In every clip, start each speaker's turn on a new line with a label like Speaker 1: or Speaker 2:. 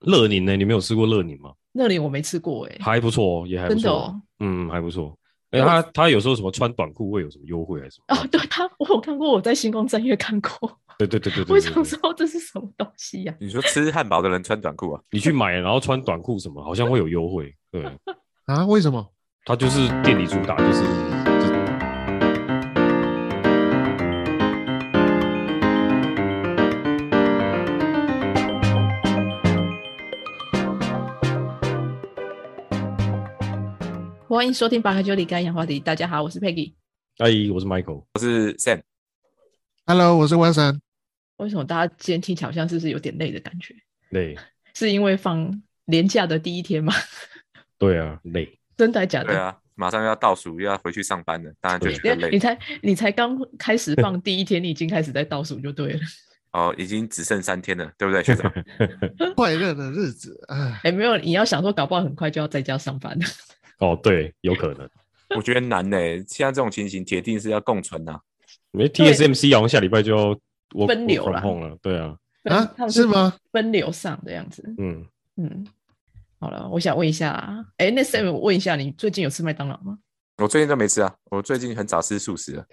Speaker 1: 乐宁呢？你没有吃过乐宁吗？
Speaker 2: 那里我没吃过哎、
Speaker 1: 还不错哦，也还不
Speaker 2: 真的
Speaker 1: 错，
Speaker 2: 哦
Speaker 1: 嗯，还不错。哎、他他有时候什么穿短裤会有什么优惠还是什么？啊
Speaker 2: 哦，对他，我有看过，我在星光正月看过。
Speaker 1: 对对对对
Speaker 2: 我
Speaker 1: 对对
Speaker 2: 想
Speaker 1: 对，
Speaker 2: 说这是什么东西呀、
Speaker 3: 你说吃汉堡的人穿短裤啊？
Speaker 1: 你去买然后穿短裤什么，好像会有优惠。对，
Speaker 4: 啊？为什么？
Speaker 1: 他就是店里主打就是
Speaker 2: 欢迎收听八个九里干养话题。大家好，我是 Peggy。
Speaker 1: 哎，我是 Michael，
Speaker 3: 我是 Sam，
Speaker 4: Hello，我是万森。
Speaker 2: 为什么大家今天听起来好像是不是有点累的感觉？
Speaker 1: 累，
Speaker 2: 是因为放年假的第一天吗？
Speaker 1: 对啊，累，
Speaker 2: 真的假
Speaker 3: 对
Speaker 2: 的？
Speaker 3: 啊，马上要倒数又要回去上班了，当然就
Speaker 2: 你
Speaker 3: 觉得
Speaker 2: 你
Speaker 3: 累
Speaker 2: 才你才刚开始放第一天，你已经开始在倒数就对了。
Speaker 3: 哦，已经只剩三天了，对不对，学长？
Speaker 4: 快乐的日子，哎，
Speaker 2: 哎，没有，你要想说，搞不好很快就要在家上班了。
Speaker 1: 哦，对，有可能。
Speaker 3: 我觉得难呢、现在这种情形铁定是要共存啊呐、
Speaker 1: 没 TSMC 好像下礼拜就要我
Speaker 2: 分流啦
Speaker 1: 了，了，对啊，
Speaker 4: 啊
Speaker 2: 他们
Speaker 4: 是吗？
Speaker 2: 分流上的样子。
Speaker 1: 嗯，
Speaker 2: 嗯，好了，我想问一下，哎，那 Sam，我问一下，你最近有吃麦当劳吗？
Speaker 3: 我最近都没吃啊，我最近很少吃素食了。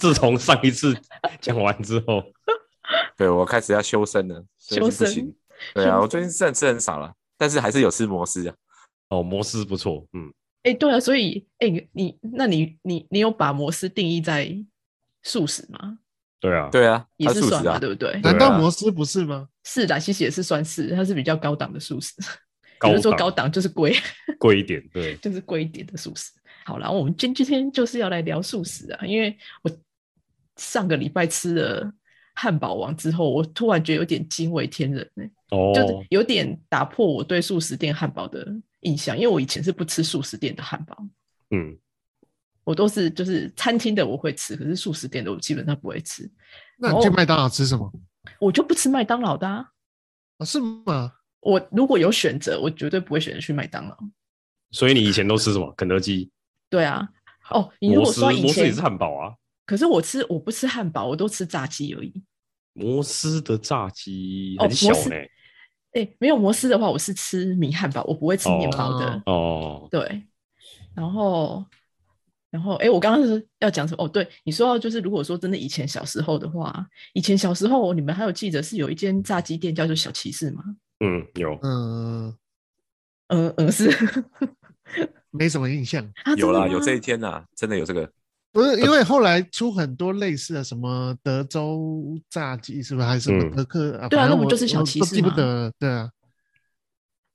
Speaker 1: 自从上一次讲完之后，
Speaker 3: 对我开始要修身了，所以
Speaker 2: 修
Speaker 3: 是不
Speaker 2: 身
Speaker 3: 行。对
Speaker 2: 修
Speaker 3: 啊，
Speaker 2: 身
Speaker 3: 我最近真的吃很少了，但是还是有吃摩斯啊。
Speaker 1: 哦，摩斯不错，嗯，
Speaker 2: 哎，对啊，所以，哎，你那你你你有把摩斯定义在素食吗？
Speaker 1: 对啊，
Speaker 3: 对啊，
Speaker 2: 也
Speaker 3: 它
Speaker 2: 是
Speaker 3: 素
Speaker 2: 算
Speaker 3: 食
Speaker 2: 嘛，
Speaker 3: 啊。
Speaker 2: 对不对？
Speaker 4: 难道摩斯不是吗？
Speaker 2: 是的，其实也是算是，它是比较高档的素食。
Speaker 1: 高档
Speaker 2: 有人说高档就是贵，
Speaker 1: 贵一点，对，
Speaker 2: 就是贵一点的素食。好啦，我们今今天就是要来聊素食啊，因为我上个礼拜吃了汉堡王之后，我突然觉得有点惊为天人欸呢、
Speaker 1: 哦，
Speaker 2: 就是有点打破我对素食店汉堡的印象，因为我以前是不吃素食店的汉堡，
Speaker 1: 嗯，
Speaker 2: 我都是就是餐厅的我会吃，可是素食店的我基本上不会吃，
Speaker 4: 那你去麦当劳吃什么？
Speaker 2: 我就不吃麦当劳的、啊。
Speaker 4: 啊，是吗？
Speaker 2: 我如果有选择，我绝对不会选择去麦当劳。
Speaker 1: 所以你以前都吃什么？肯德基、
Speaker 2: 对啊，哦，你
Speaker 1: 摩
Speaker 2: 如果
Speaker 1: 斯，
Speaker 2: 说以
Speaker 1: 摩斯
Speaker 2: 前
Speaker 1: 也是汉堡啊，
Speaker 2: 可是我吃我不吃汉堡，我都吃炸鸡而已。
Speaker 1: 摩斯的炸鸡
Speaker 2: 哦
Speaker 1: 很小
Speaker 2: 摩斯
Speaker 1: 呢，
Speaker 2: 哎、没有摩斯的话，我是吃米汉堡，我不会吃面包的。
Speaker 1: 哦，
Speaker 2: 对，然后，然后，哎、我刚刚是要讲什么？哦，对，你说到就是，如果说真的以前小时候的话，以前小时候你们还有记得是有一间炸鸡店叫做小骑士吗？
Speaker 1: 嗯，有，
Speaker 4: 嗯，
Speaker 2: 呃呃，是
Speaker 4: 没什么印象。
Speaker 2: 啊，
Speaker 3: 有啦，
Speaker 2: 啦，
Speaker 3: 有这一天呐，真的有这个。
Speaker 4: 不是因为后来出很多类似的，什么德州炸鸡，是不是？还是什么
Speaker 1: 嗯
Speaker 4: 德克？啊
Speaker 2: 对啊
Speaker 4: 反正
Speaker 2: 那不
Speaker 4: 我
Speaker 2: 就是小骑士
Speaker 4: 我都记不
Speaker 2: 吗
Speaker 4: 得了。对啊，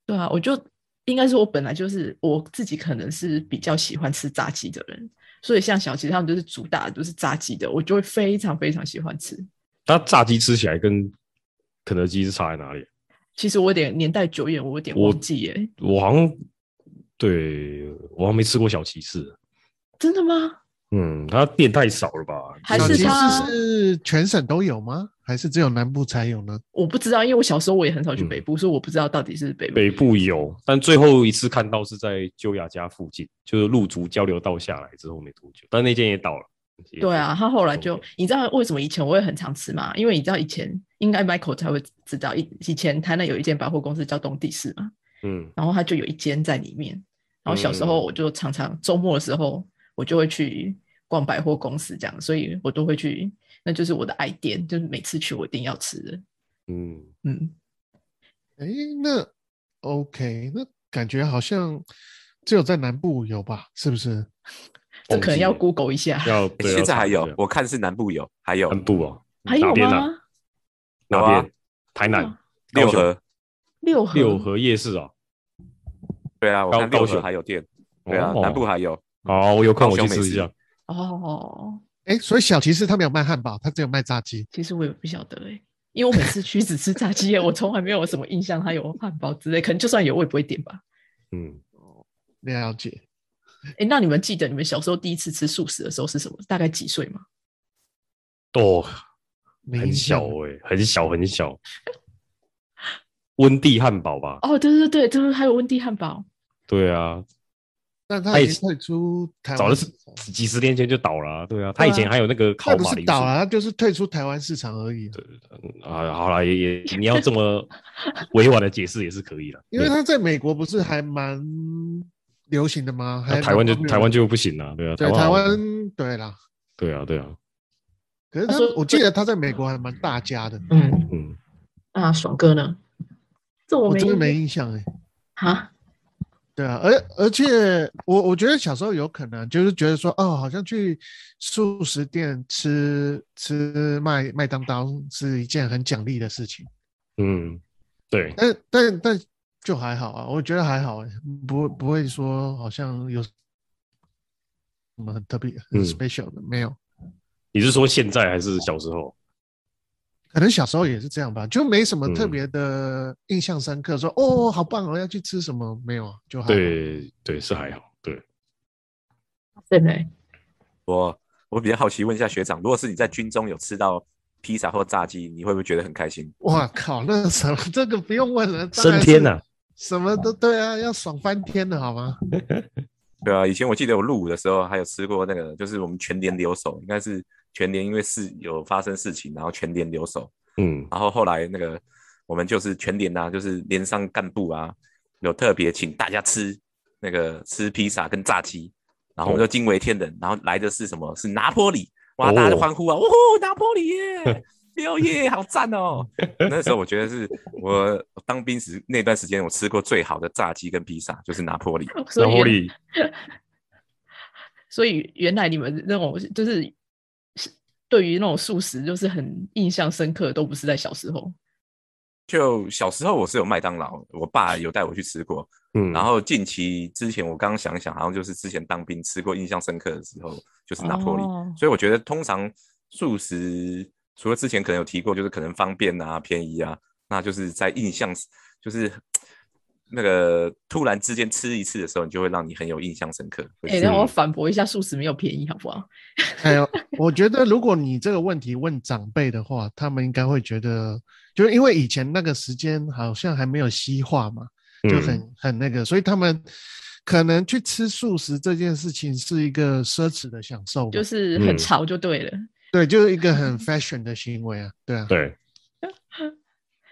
Speaker 2: 对啊，我就应该是我本来就是我自己可能是比较喜欢吃炸鸡的人，所以像小骑士他们就是主打的就是炸鸡的，我就会非常非常喜欢吃。
Speaker 1: 它炸鸡吃起来跟肯德基是差在哪里？
Speaker 2: 其实我有点年代久远，我有点
Speaker 1: 我
Speaker 2: 忘记耶。
Speaker 1: 我好像对我好像没吃过小骑士，
Speaker 2: 真的吗？
Speaker 1: 嗯，它店太少了吧？
Speaker 2: 还
Speaker 4: 小
Speaker 2: 是
Speaker 4: 骑
Speaker 2: 它
Speaker 4: 士是全省都有吗？还是只有南部才有呢？
Speaker 2: 我不知道，因为我小时候我也很
Speaker 3: 嗯
Speaker 2: 少去北部，所以我不知道到底是北部。
Speaker 1: 北部有，但最后一次看到是在鸠雅家附近，就是路竹交流道下来之后没多久，但那间也倒了。也
Speaker 2: 对啊，，他后来就
Speaker 1: OK
Speaker 2: 你知道为什么以前我也很常吃吗？因为你知道以前应该 Michael 才会知道，以以前台南有一间百货公司叫东地市嘛，
Speaker 1: 嗯，
Speaker 2: 然后它就有一间在里面。然后小时候
Speaker 1: 嗯
Speaker 2: 我就常常周末的时候，我就会去逛百货公司这样，所以我都会去，那就是我的爱店，就是每次去我一定要吃的。
Speaker 1: 嗯，
Speaker 2: 嗯，
Speaker 4: 诶，那 OK，那感觉好像只有在南部有吧？是不是？
Speaker 2: 这可能要
Speaker 1: 忘记
Speaker 2: Google 一下，
Speaker 1: 要
Speaker 3: 诶
Speaker 1: 对
Speaker 3: 现在还
Speaker 1: 要
Speaker 3: 有
Speaker 1: 查一，下
Speaker 3: 我看是南部有，还有
Speaker 1: 南部哦，
Speaker 2: 还有
Speaker 1: 哪边啊
Speaker 2: 吗？
Speaker 1: 哪
Speaker 3: 有啊
Speaker 1: 边？台南
Speaker 2: 哇
Speaker 1: 高
Speaker 3: 六
Speaker 1: 雄
Speaker 3: 合。
Speaker 2: 六合
Speaker 1: 六合夜市啊。
Speaker 3: 对啊，我看
Speaker 1: 高
Speaker 3: 六
Speaker 1: 高
Speaker 3: 合
Speaker 1: 雄
Speaker 3: 还有店。对啊，
Speaker 1: 哦
Speaker 3: 南部还有。
Speaker 1: 好，哦我有空我去
Speaker 3: 高雄美
Speaker 1: 吃一下
Speaker 3: 食。
Speaker 2: 哦，
Speaker 4: 诶，所以小骑士他没有卖汉堡，他只有卖炸鸡。
Speaker 2: 其实我也不晓得哎、因为我每次去 只吃炸鸡耶，我从来没有什么印象它有汉堡之类，可能就算有我也不会点吧。
Speaker 1: 嗯，
Speaker 4: 了解，
Speaker 2: 哎、那你们记得你们小时候第一次吃素食的时候是什么？大概几岁吗？
Speaker 1: 哦，
Speaker 4: 没
Speaker 1: 很
Speaker 4: 印象
Speaker 1: 小哎、很小很小。温蒂汉堡吧？
Speaker 2: 哦哦，对对对，就是还有温蒂汉堡，
Speaker 1: 对啊，
Speaker 4: 但
Speaker 1: 他
Speaker 4: 他
Speaker 1: 也
Speaker 4: 已经退出台
Speaker 1: 早
Speaker 4: 湾
Speaker 1: 就
Speaker 4: 市
Speaker 1: 是
Speaker 4: 场，
Speaker 1: 几十年前就倒了啊、对啊，他
Speaker 2: 对啊
Speaker 1: 以前还有那个
Speaker 4: 他
Speaker 1: 烤
Speaker 4: 不
Speaker 1: 马
Speaker 4: 是
Speaker 1: 铃薯啊
Speaker 4: 倒了，他就是退出台湾市场而已啊。
Speaker 1: 嗯啊，好了，也也你要这 么委婉的解释也是可以的，
Speaker 4: 因为
Speaker 1: 对
Speaker 4: 他在美国不是还蛮流行的吗？还
Speaker 1: 那台湾就
Speaker 4: 蛮
Speaker 1: 台湾就不行了，对啊，
Speaker 4: 对
Speaker 1: 好
Speaker 4: 台湾对啦。
Speaker 1: 对啊对啊，
Speaker 4: 可是
Speaker 2: 他
Speaker 4: 他
Speaker 2: 说，
Speaker 4: 我记得他在美国还蛮大家的，
Speaker 2: 嗯，
Speaker 1: 嗯，
Speaker 2: 那爽哥呢？这我
Speaker 4: 我
Speaker 2: 没
Speaker 4: 真的
Speaker 2: 印
Speaker 4: 没印象哎、
Speaker 2: 啊，
Speaker 4: 对啊，而而且我我觉得小时候有可能就是觉得说，哦，好像去素食店吃吃麦麦当当是一件很奖励的事情，
Speaker 1: 嗯，对，
Speaker 4: 但但但就还好啊，我觉得还好、欸，不不会说好像有什么很特别、很
Speaker 1: 嗯
Speaker 4: special 的，没有。
Speaker 1: 你是说现在还是小时候？
Speaker 4: 可能小时候也是这样吧，就没什么
Speaker 1: 嗯
Speaker 4: 特别的印象深刻，说哦好棒哦，要去吃什么没有啊？就还好
Speaker 1: 对对，是还好，对，
Speaker 2: 对不对？
Speaker 3: 我我比较好奇问一下学长，如果是你在军中有吃到披萨或炸鸡，你会不会觉得很开心？
Speaker 4: 哇靠，那什么这个不用问了，当
Speaker 1: 升
Speaker 4: 然是
Speaker 1: 天啊呐、
Speaker 4: 什么都对啊，要爽翻天了好吗？
Speaker 3: 对啊，以前我记得我入伍的时候还有吃过那个，就是我们全连留守，应该是全连因为事有发生事情，然后全连留守，
Speaker 1: 嗯，
Speaker 3: 然后后来那个我们就是全连啊，就是连上干部啊，有特别请大家吃那个吃披萨跟炸鸡，然后我们就惊为天人，然后来的是什么？是拿坡里，哇，
Speaker 1: 哦
Speaker 3: 大家就欢呼啊，哦，拿坡里耶，六耶，好赞哦！那时候我觉得是我当兵时那段时间我吃过最好的炸鸡跟披萨，就是拿坡里。
Speaker 2: 所
Speaker 1: 然
Speaker 2: 以
Speaker 1: 后你
Speaker 2: 所以原来你们那种就是是对于那种素食就是很印象深刻，都不是在小时候。
Speaker 3: 就小时候我是有麦当劳，我爸有带我去吃过，
Speaker 1: 嗯，
Speaker 3: 然后近期之前，我刚刚想一想，好像就是之前当兵吃过印象深刻的时候，就是拿破里。
Speaker 2: 哦
Speaker 3: 所以我觉得通常素食，除了之前可能有提过，就是可能方便啊、便宜啊，那就是在印象，就是那个突然之间吃一次的时候，你就会让你很有印象深刻。会
Speaker 2: 哎、
Speaker 3: 是
Speaker 2: 让我反驳一下，素食没有便宜，好不好？
Speaker 4: 还有，哎我觉得如果你这个问题问长辈的话，他们应该会觉得，就是因为以前那个时间好像还没有西化嘛，就
Speaker 1: 嗯
Speaker 4: 很、很那个，所以他们可能去吃素食这件事情是一个奢侈的享受吧，
Speaker 2: 就是很
Speaker 1: 嗯
Speaker 2: 潮就对了。
Speaker 4: 对，就是一 个很 fashion 的行为啊，对啊，
Speaker 1: 对，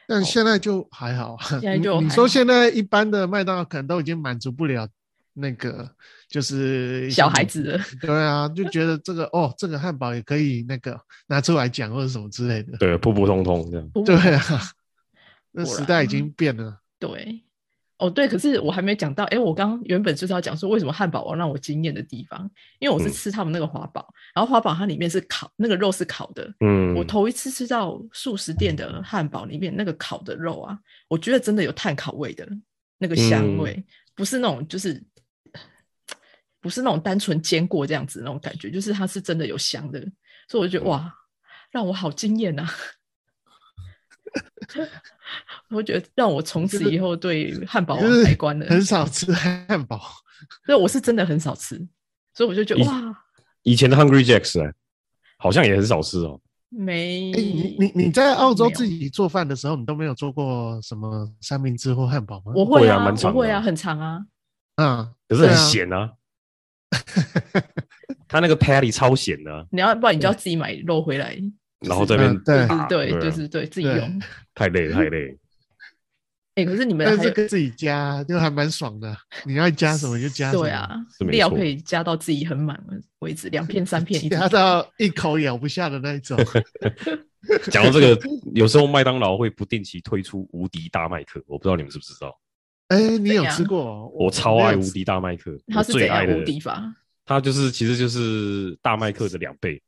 Speaker 4: 但现在就还好啊，
Speaker 2: 哦现在
Speaker 4: 你
Speaker 2: 就
Speaker 4: 你
Speaker 2: 还
Speaker 4: 说
Speaker 2: 好
Speaker 4: 现在一般的麦当劳可能都已经满足不了那个，就是一些
Speaker 2: 小孩子了，
Speaker 4: 对啊，就觉得这个哦，这个汉堡也可以那个拿出来讲或者什么之类的。
Speaker 1: 对，普普通通这样，
Speaker 2: 不
Speaker 4: 对啊，那
Speaker 2: 果
Speaker 4: 时
Speaker 2: 然
Speaker 4: 代已经变了。
Speaker 2: 对，哦对，可是我还没讲到，哎，我刚原本就是要讲说为什么汉堡王让我惊艳的地方，因为我是
Speaker 1: 嗯
Speaker 2: 吃他们那个华堡，然后华堡它里面是烤，那个肉是烤的。
Speaker 1: 嗯，
Speaker 2: 我头一次吃到素食店的汉堡里面那个烤的肉啊，我觉得真的有碳烤味的那个香
Speaker 1: 嗯
Speaker 2: 味，不是那种就是不是那种单纯煎过这样子那种感觉，就是它是真的有香的，所以我就觉得哇，让我好惊艳啊！ 我觉得让我从此以后对汉堡
Speaker 4: 就
Speaker 2: 王
Speaker 4: 是
Speaker 2: 改观了，
Speaker 4: 很少吃汉堡，
Speaker 2: 所以我是真的很少吃，所以我就觉得
Speaker 1: 一
Speaker 2: 哇，
Speaker 1: 以前的 Hungry Jacks 哎好像也很少吃哦，
Speaker 2: 没、
Speaker 4: 哎、你你你在澳洲
Speaker 2: 没有
Speaker 4: 自己做饭的时候，你都没有做过什么三明治或汉堡吗？
Speaker 2: 我会
Speaker 1: 会
Speaker 2: 啊，
Speaker 1: 啊蛮
Speaker 2: 我
Speaker 1: 长
Speaker 2: 会
Speaker 1: 的
Speaker 2: 啊，
Speaker 1: 啊
Speaker 2: 很长啊，
Speaker 4: 啊，
Speaker 1: 可是很
Speaker 4: 对啊
Speaker 1: 咸啊，他那个 patty 超咸的啊、
Speaker 2: 你要不然你就要自己买肉回来，
Speaker 1: 然后这边
Speaker 4: 嗯对
Speaker 2: 就是
Speaker 1: 打
Speaker 2: 对，
Speaker 1: 对
Speaker 2: 就
Speaker 1: 啊
Speaker 2: 是对自己
Speaker 4: 对
Speaker 2: 用。
Speaker 1: 太累了太累了，
Speaker 2: 哎，可是你们
Speaker 4: 但
Speaker 2: 还
Speaker 4: 是
Speaker 2: 有
Speaker 4: 跟自己加就还蛮爽的。你要加什么就加什么，
Speaker 2: 对，啊，
Speaker 1: 是没
Speaker 2: 料
Speaker 1: 错
Speaker 2: 可以加到自己很满为止，两片三片一直
Speaker 4: 加到一口咬不下的那一种。
Speaker 1: 啊讲到这个，有时候麦当劳会不定期推出无敌大麦克，我不知道你们知不知道，
Speaker 4: 哎、你有
Speaker 2: 怎样
Speaker 4: 吃过哦？
Speaker 1: 我超爱
Speaker 4: 没
Speaker 1: 无
Speaker 4: 有吃
Speaker 1: 敌大麦克，
Speaker 2: 它
Speaker 1: 我
Speaker 2: 是怎
Speaker 1: 最
Speaker 2: 样
Speaker 1: 爱的
Speaker 2: 无敌法？
Speaker 1: 它就是其实就是大麦克的两倍，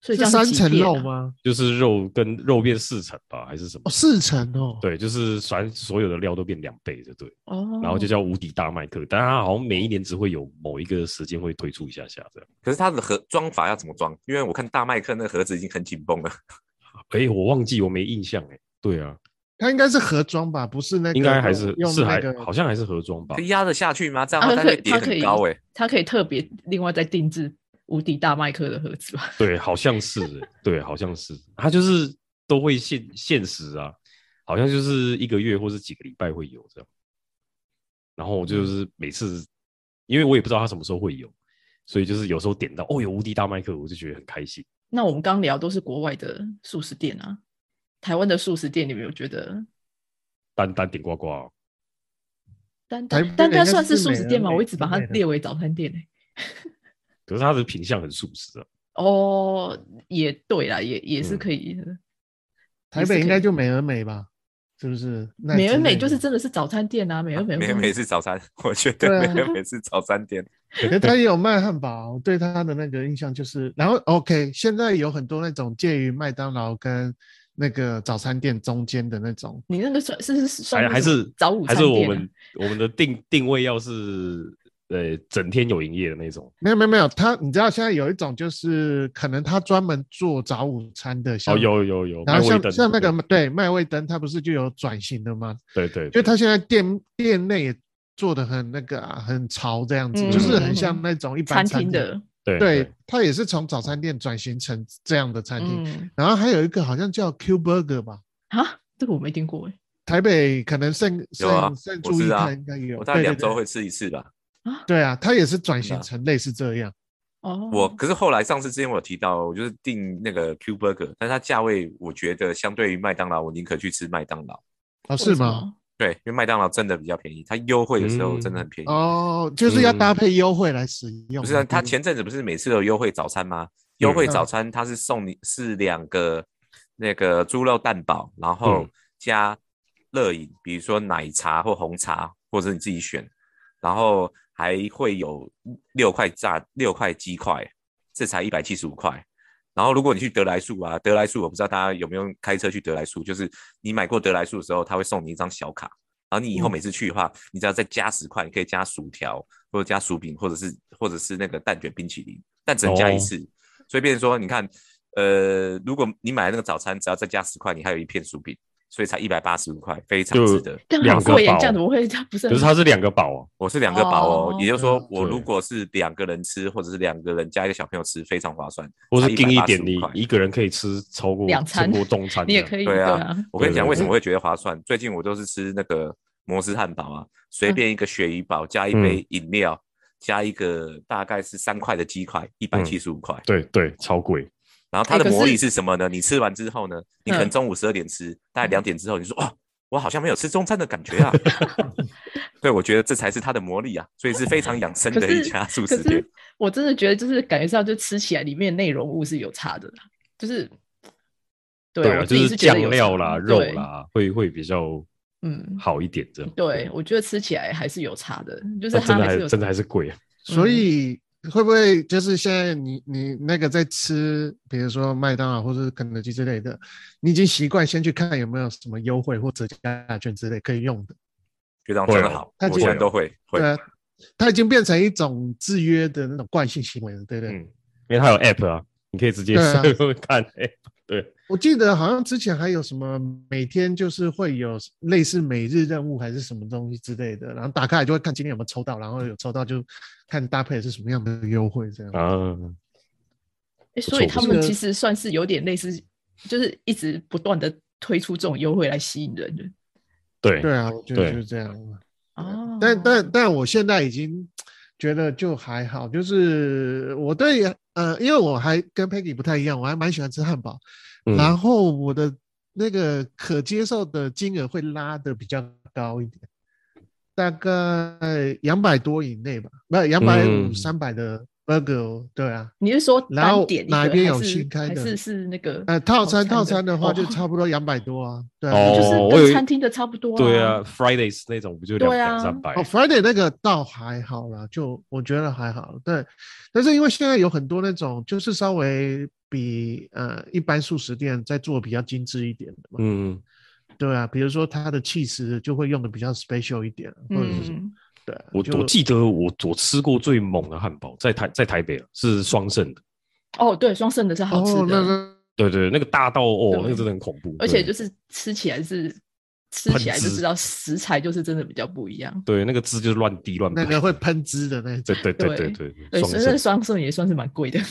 Speaker 2: 所以这
Speaker 4: 是
Speaker 2: 样
Speaker 4: 三
Speaker 2: 是几
Speaker 4: 层
Speaker 2: 片
Speaker 4: 肉
Speaker 2: 啊？
Speaker 4: 吗？
Speaker 1: 就是肉跟肉变四成吧，还是什么
Speaker 4: 哦，？四层哦。
Speaker 1: 对，就是反正所有的料都变两倍的，对，
Speaker 2: 哦，
Speaker 1: 然后就叫无敌大麦克，但它好像每
Speaker 4: 哦
Speaker 1: 一年只会有某一个时间会推出一下下这样。
Speaker 3: 可是它的盒装法要怎么装？因为我看大麦克那个盒子已经很紧绷了。
Speaker 1: 哎、我忘记我没印象哎、对啊，
Speaker 4: 它应该是盒装吧，不是那个
Speaker 1: 应该还是
Speaker 4: 用
Speaker 1: 是
Speaker 4: 那
Speaker 1: 还
Speaker 4: 个
Speaker 1: 好像还是盒装吧
Speaker 4: 哦
Speaker 3: 可，以压得下去吗？这样
Speaker 2: 啊
Speaker 3: 它
Speaker 2: 它
Speaker 3: 它
Speaker 2: 可
Speaker 3: 会
Speaker 2: 以
Speaker 3: 叠
Speaker 2: 它可
Speaker 3: 很
Speaker 2: 以
Speaker 3: 高哎、
Speaker 2: 它可以特别另外再定制无敌大麦克的盒子吧？
Speaker 1: 对，好像是欸、 对，好像是，它就是都会限限时啊，好像
Speaker 2: 嗯
Speaker 1: 就是一个月或是几个礼拜会有这样。然后我就是每次因为我也不知道它什么时候会有，所以就是有时候点到哦有无敌大麦克，我就觉得很开心。
Speaker 2: 那我们刚聊都是国外的素食店啊，台湾的素食店，你们有觉得
Speaker 1: 单单点呱呱哦，
Speaker 2: 单
Speaker 4: 台
Speaker 2: 单
Speaker 4: 北
Speaker 2: 单
Speaker 4: 人
Speaker 2: 单
Speaker 4: 家
Speaker 2: 算
Speaker 4: 是
Speaker 2: 素
Speaker 4: 美
Speaker 2: 食
Speaker 4: 而
Speaker 2: 店吗？
Speaker 4: 美
Speaker 2: 我一直把
Speaker 4: 之
Speaker 2: 它
Speaker 4: 类的
Speaker 2: 列为早餐店欸
Speaker 1: 可是它的品相很素食啊。
Speaker 2: 哦，也对啦，也也是
Speaker 1: 嗯
Speaker 2: 可以的。
Speaker 4: 台
Speaker 2: 也是
Speaker 4: 北应
Speaker 2: 可
Speaker 4: 该
Speaker 2: 以
Speaker 4: 就美而美吧？是不是？那
Speaker 2: 美而
Speaker 4: 之
Speaker 2: 美
Speaker 4: 类
Speaker 2: 就是
Speaker 4: 的，
Speaker 2: 真的是早餐店啊，美而美
Speaker 3: 每
Speaker 2: 不是
Speaker 3: 每次早餐，我觉得
Speaker 4: 对啊
Speaker 3: 每每次早 餐店，
Speaker 4: 可是他也有卖汉堡，我对他的那个印象就是，然后 OK，现在有很多那种介于麦当劳跟那个早餐店中间的那种，
Speaker 2: 你那个算是是算
Speaker 1: 还
Speaker 2: 那
Speaker 1: 还
Speaker 2: 什么
Speaker 1: 是
Speaker 2: 早午
Speaker 1: 还
Speaker 2: 餐
Speaker 1: 是我
Speaker 2: 店啊
Speaker 1: 们我们的定定位要是呃整天有营业的那种哦
Speaker 4: 没有没有没有，他你知道现在有一种就是可能他专门做早午餐的，像
Speaker 1: 哦有有有，
Speaker 4: 然后
Speaker 1: 麦味
Speaker 4: 像
Speaker 1: 登
Speaker 4: 像那个对麦味登，它不是就有转型的吗？
Speaker 1: 对对，
Speaker 4: 就
Speaker 1: 对
Speaker 4: 它现在店店内也做的很那个啊，很潮这样子，
Speaker 2: 嗯
Speaker 4: 就是
Speaker 1: 嗯
Speaker 4: 很
Speaker 2: 嗯
Speaker 4: 像那种一般
Speaker 2: 餐
Speaker 4: 餐
Speaker 2: 厅
Speaker 4: 厅。
Speaker 2: 的，
Speaker 1: 对
Speaker 4: 对，它也是从早餐店转型成这样的餐厅。
Speaker 2: 嗯，
Speaker 4: 然后还有一个好像叫 Q Burger 吧，
Speaker 2: 啊，这个我没听过哎，
Speaker 4: 台北可能剩
Speaker 3: 有啊
Speaker 4: 剩剩
Speaker 3: 我
Speaker 4: 注意
Speaker 3: 知道
Speaker 4: 看应该有。
Speaker 3: 我大概
Speaker 4: 对
Speaker 3: 两
Speaker 4: 对
Speaker 3: 周
Speaker 4: 对
Speaker 3: 会吃一次吧。
Speaker 4: 对啊，它也是转
Speaker 3: 真
Speaker 4: 型
Speaker 3: 的
Speaker 4: 成类似这样。
Speaker 2: 哦，
Speaker 3: 我可是后来上次之前我有提到，我就是订那个 Q Burger，但它价位我觉得相对于麦当劳，我宁可去吃麦当劳。
Speaker 4: 哦，
Speaker 2: 为
Speaker 4: 是
Speaker 2: 什
Speaker 4: 吗？
Speaker 2: 么？
Speaker 3: 对，因为麦当劳真的比较便宜，它优惠的时候真的很便宜。
Speaker 4: 哦，就是要
Speaker 1: 嗯
Speaker 4: 搭配优惠来使用。
Speaker 3: 不是、啊，它前阵子不是每次都有优惠早餐吗？优惠早餐它是送你是两个那个猪肉蛋堡，然后
Speaker 1: 嗯
Speaker 3: 加热饮，比如说奶茶或红茶，或者是你自己选，然后还会有六块炸六块鸡块，这才一百七十五块。然后如果你去德来速啊，德来速我不知道大家有没有开车去德来速，就是你买过德来速的时候，他会送你一张小卡，然后你以
Speaker 1: 嗯
Speaker 3: 后每次去的话，你只要再加十块，你可以加薯条或者加薯饼，或者是或者是那个蛋卷冰淇淋，但只能加一
Speaker 1: 哦
Speaker 3: 次。所以变成说，你看，呃，如果你买那个早餐，只要再加十块，你还有一片薯饼，所以才一百八十五块，非常
Speaker 1: 就
Speaker 3: 值得。
Speaker 2: 这样
Speaker 1: 两
Speaker 2: 好
Speaker 1: 个
Speaker 2: 贵耶，
Speaker 1: 包
Speaker 2: 这样怎么会？这 样不是
Speaker 1: 可
Speaker 2: 很
Speaker 1: 是它是两个堡啊，
Speaker 3: 我是两个包哦，
Speaker 2: 哦
Speaker 3: 也就是说
Speaker 4: 嗯，
Speaker 3: 我如
Speaker 1: 对
Speaker 3: 果是两个人吃，或者是两个人加一个小朋友吃，非常划算。
Speaker 1: 或
Speaker 3: 才
Speaker 1: 是定一点，
Speaker 3: 185
Speaker 1: 你
Speaker 3: 块
Speaker 1: 一个人可以吃超过
Speaker 2: 两
Speaker 1: 超
Speaker 2: 餐
Speaker 1: 过中餐这样，
Speaker 2: 你也可以
Speaker 3: 对啊
Speaker 2: 啊，
Speaker 3: 我跟你讲，
Speaker 1: 对对
Speaker 3: 为什么会觉得划算？最近我都是吃那个摩斯汉堡啊，随
Speaker 2: 嗯
Speaker 3: 便一个鳕鱼堡加一
Speaker 1: 嗯
Speaker 3: 杯饮料，加一个大概是三块的鸡块，一百七十五块。
Speaker 1: 嗯对对，超贵。
Speaker 3: 然后它
Speaker 2: 哎
Speaker 3: 的
Speaker 2: 可是嗯
Speaker 3: 魔力是什么呢？你吃完之后呢，你可能中午十二点吃，大概两点之后，你说哇，我好像没有吃中餐的感觉 啊。对，我觉得这才是它的魔力啊，所以是非常养生
Speaker 2: 可
Speaker 3: 的一
Speaker 2: 是
Speaker 3: 家素
Speaker 2: 可
Speaker 3: 食店
Speaker 2: 是。我真的觉得就是感觉上就吃起来里面内容物是有差的啦，就是对
Speaker 1: 啊，
Speaker 2: 我
Speaker 1: 就
Speaker 2: 自己
Speaker 1: 是
Speaker 2: 是觉
Speaker 1: 酱
Speaker 2: 得有
Speaker 1: 料
Speaker 2: 差
Speaker 1: 啦、肉，
Speaker 2: 对
Speaker 1: 啦，会会比较
Speaker 2: 嗯，
Speaker 1: 好一点这样。
Speaker 2: 对，我觉得吃起来还是有差的，就是
Speaker 1: 但真
Speaker 2: 它
Speaker 1: 的
Speaker 2: 还是
Speaker 1: 还
Speaker 2: 有
Speaker 1: 真的还是贵啊。
Speaker 4: 所
Speaker 2: 嗯
Speaker 4: 以会不会就是现在你你那个在吃，比如说麦当劳或者肯德基之类的，你已经习惯先去看有没有什么优惠或折价券之类可以用的？
Speaker 3: 觉得
Speaker 1: 会
Speaker 3: 真的
Speaker 1: 哦
Speaker 3: 好，
Speaker 4: 它
Speaker 3: 我
Speaker 4: 就
Speaker 3: 现在
Speaker 1: 有
Speaker 3: 都会会
Speaker 4: 对。啊，它已经变成一种制约的那种惯性行为了，对不
Speaker 1: 嗯，
Speaker 4: 对？
Speaker 1: 因为它有 app 啊，你可以直接
Speaker 4: 对啊
Speaker 1: 看哎 app。对，
Speaker 4: 我记得好像之前还有什么每天就是会有类似每日任务还是什么东西之类的，然后打开来就会看今天有没有抽到，然后有抽到就看搭配是什么样的优惠这样。
Speaker 1: 啊，不
Speaker 2: 诶所以
Speaker 1: 错
Speaker 2: 他
Speaker 1: 不
Speaker 2: 们
Speaker 4: 错
Speaker 2: 其实算是有点类似，就是一直不断的推出这种优惠来吸引人的。
Speaker 1: 对
Speaker 4: 对啊，我觉
Speaker 1: 对
Speaker 4: 得就是这样。
Speaker 2: 哦，
Speaker 4: 但但但我现在已经觉得就还好，就是我对呃，因为我还跟 Peggy 不太一样，我还蛮喜欢吃汉堡，
Speaker 1: 嗯
Speaker 4: 然后我的那个可接受的金额会拉的比较高一点，大概两百多以内吧，不两百
Speaker 1: 嗯
Speaker 4: 五三百的 burger，哦对啊。
Speaker 2: 你是说
Speaker 4: 然后
Speaker 2: 单点一
Speaker 4: 哪
Speaker 2: 个
Speaker 4: 边
Speaker 2: 还
Speaker 4: 有
Speaker 2: 是
Speaker 4: 新开
Speaker 2: 还
Speaker 4: 的
Speaker 2: 是是那个
Speaker 4: 呃，套餐
Speaker 2: 套
Speaker 4: 套
Speaker 2: 餐
Speaker 4: 餐
Speaker 2: 的
Speaker 4: 的话
Speaker 2: 哦
Speaker 4: 就 差不多两百多啊，对啊，
Speaker 1: 哦，
Speaker 4: 就是
Speaker 2: 是
Speaker 1: 我
Speaker 2: 跟
Speaker 1: 有一
Speaker 2: 餐厅的差不多啊
Speaker 1: 对啊，Fridays 那种不就两
Speaker 2: 对啊
Speaker 1: 两三百
Speaker 4: 哦？，Friday 那个倒还好啦，就我觉得还好，对。但是因为现在有很多那种，就是稍微比呃一般素食店在做比较精致一点的嘛，
Speaker 1: 嗯，
Speaker 4: 对啊，比如说它的气势就会用的比较 special 一点，或者是什么，
Speaker 2: 嗯，
Speaker 4: 对啊、
Speaker 1: 我
Speaker 4: 就
Speaker 1: 我记得我我吃过最猛的汉堡，在台在台北啊是双盛的，
Speaker 2: 哦，对，双盛的是好吃
Speaker 4: 哦，
Speaker 2: 的，
Speaker 4: 那个
Speaker 1: 对对，那个大到哦
Speaker 2: 对，
Speaker 1: 那个真的很恐怖，
Speaker 2: 而且
Speaker 1: 对
Speaker 2: 就是吃起来是吃
Speaker 1: 很
Speaker 2: 起来就
Speaker 1: 汁
Speaker 2: 知道食材就是真的比较不一样。
Speaker 1: 对那个汁就是乱滴乱
Speaker 4: 那
Speaker 1: 排，
Speaker 4: 个会喷汁的那种，
Speaker 1: 对对对对对，
Speaker 2: 对，
Speaker 1: 双
Speaker 2: 所以那
Speaker 1: 盛，
Speaker 2: 双盛也算是蛮贵的，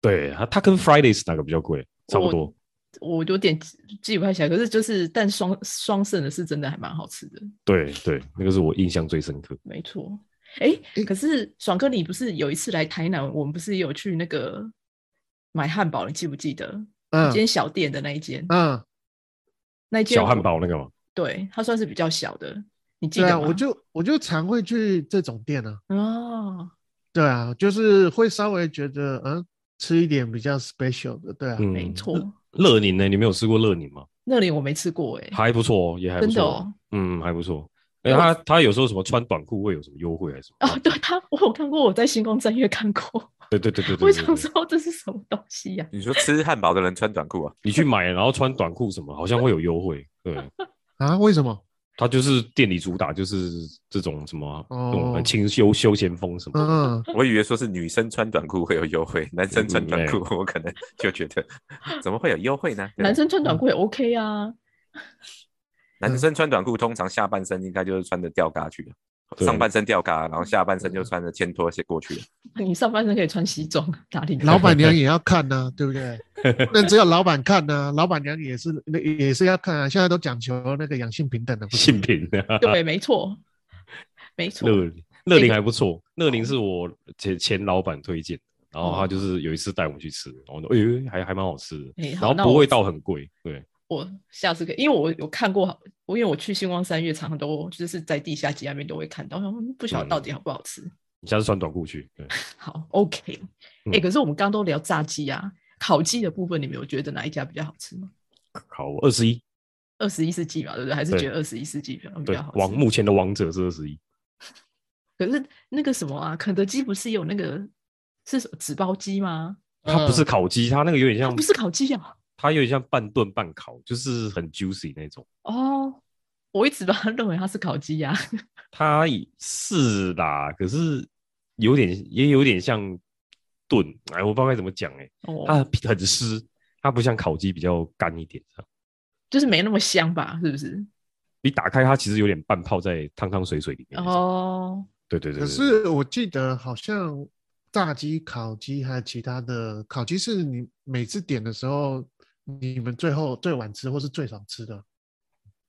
Speaker 1: 对它它跟 Fridays 哪个比较贵？差不
Speaker 2: 我
Speaker 1: 多，
Speaker 2: 我有点记记不太起来。可是就是，但双双盛的是真的还蛮好吃的，
Speaker 1: 对对，那个是我印象最深刻。
Speaker 2: 没错。哎、
Speaker 4: 诶
Speaker 2: 可是爽哥，你不是有一次来台南，我们不是有去那个买汉堡，你记不记得？一
Speaker 4: 嗯
Speaker 2: 间小店的那一间，
Speaker 4: 嗯，
Speaker 2: 那一间
Speaker 1: 小汉
Speaker 2: 我，
Speaker 1: 堡那个嘛，
Speaker 2: 对，它算是比较小的，你记
Speaker 4: 对啊，
Speaker 2: 得吗？
Speaker 4: 我就我就常会去这种店啊，
Speaker 2: 哦，
Speaker 4: 对啊，就是会稍微觉得嗯吃一点比较 special 的，对啊，
Speaker 1: 嗯，
Speaker 2: 没错，
Speaker 1: 乐宁呢？你们有吃过乐宁吗？
Speaker 2: 那里我没吃过哎、
Speaker 1: 还不错哦，也还不
Speaker 2: 真
Speaker 1: 错，
Speaker 2: 的哦。
Speaker 1: 嗯，还不错。哎，他他有时候什么穿短裤会有什么优惠还是什么？啊
Speaker 2: 哦，对他，我有看过，我在星光正月看过。
Speaker 1: 对对对对对对
Speaker 2: 我想
Speaker 1: 对，
Speaker 2: 说这是什么东西呀、
Speaker 3: 你说吃汉堡的人穿短裤啊？
Speaker 1: 你去买然后穿短裤什么，好像会有优惠。对，
Speaker 4: 啊，为什么？
Speaker 1: 他就是店里主打就是这种什么啊
Speaker 4: 哦
Speaker 1: 那种很清休休闲风什么的。
Speaker 4: 嗯，
Speaker 3: 我以为说是女生穿短裤会有优惠，男生穿短裤
Speaker 1: 嗯
Speaker 3: 我可能就觉得怎么会有优惠呢？对
Speaker 2: 男生穿
Speaker 1: 嗯
Speaker 2: 短裤也 OK 啊，
Speaker 3: 男生穿短裤通常下半身应该就是穿着吊嘎去的，
Speaker 1: 对
Speaker 3: 上半身吊嘎，然后下半身就穿着千拖鞋过去了。
Speaker 2: 你上半身可以穿西装，哪里
Speaker 4: 老板娘也要看呐、对不对？不能只有老板看呐、老板娘也是也是要看啊。现在都讲求那个两性平等 的，不是
Speaker 1: 性平啊，
Speaker 2: 对，没错，没错。
Speaker 1: 乐林乐林还不错，乐林是我前前老板推荐的，然后他就是有一次带我们去吃，然后我说哎呦还还蛮好吃的，
Speaker 2: 哎
Speaker 1: 然
Speaker 2: 好
Speaker 1: 后
Speaker 2: 那
Speaker 1: 不
Speaker 2: 我
Speaker 1: 会到很贵，对，
Speaker 2: 我下次可以，因为我有看过，我因为我去星光三月，常常都就是在地下街那边都会看到，然后嗯不晓得到
Speaker 1: 嗯
Speaker 2: 底好不好吃。
Speaker 1: 你下次穿短裤去，对，
Speaker 2: 好，OK。
Speaker 1: 嗯
Speaker 2: 哎、可是我们刚刚都聊炸鸡啊，烤鸡的部分，你们有觉得哪一家比较好吃吗？
Speaker 1: 好，二十一，
Speaker 2: 二十一世纪嘛，对不对？还是
Speaker 1: 对
Speaker 2: 觉得二十一世纪比较比
Speaker 1: 对
Speaker 2: 较好，吃？
Speaker 1: 王目前的王者是二十一，
Speaker 2: 可是那个什么啊，肯德基不是有那个是什么纸包鸡吗？
Speaker 1: 它不是
Speaker 4: 嗯
Speaker 1: 烤鸡，它那个有点
Speaker 2: 它
Speaker 1: 像
Speaker 2: 不，是烤鸡啊。
Speaker 1: 它有点像半炖半烤，就是很 juicy 那种。
Speaker 2: 哦，我一直把它 认为它是烤鸡啊呀、
Speaker 1: 啊它也是啦，可是有点也有点像炖，哎，我不知道该怎么讲，哎，它
Speaker 2: 哦，
Speaker 1: 很湿，它不像烤鸡比较干一点，这样
Speaker 2: 就是没那么香吧？是不是？
Speaker 1: 你打开它其实有点半泡在汤汤水水里面那种。
Speaker 2: 哦，
Speaker 1: 对对对
Speaker 4: 可
Speaker 1: 对，
Speaker 4: 是我记得好像炸鸡、烤鸡还有其他的烤鸡是你每次点的时候，你们最后最晚吃或是最少吃的。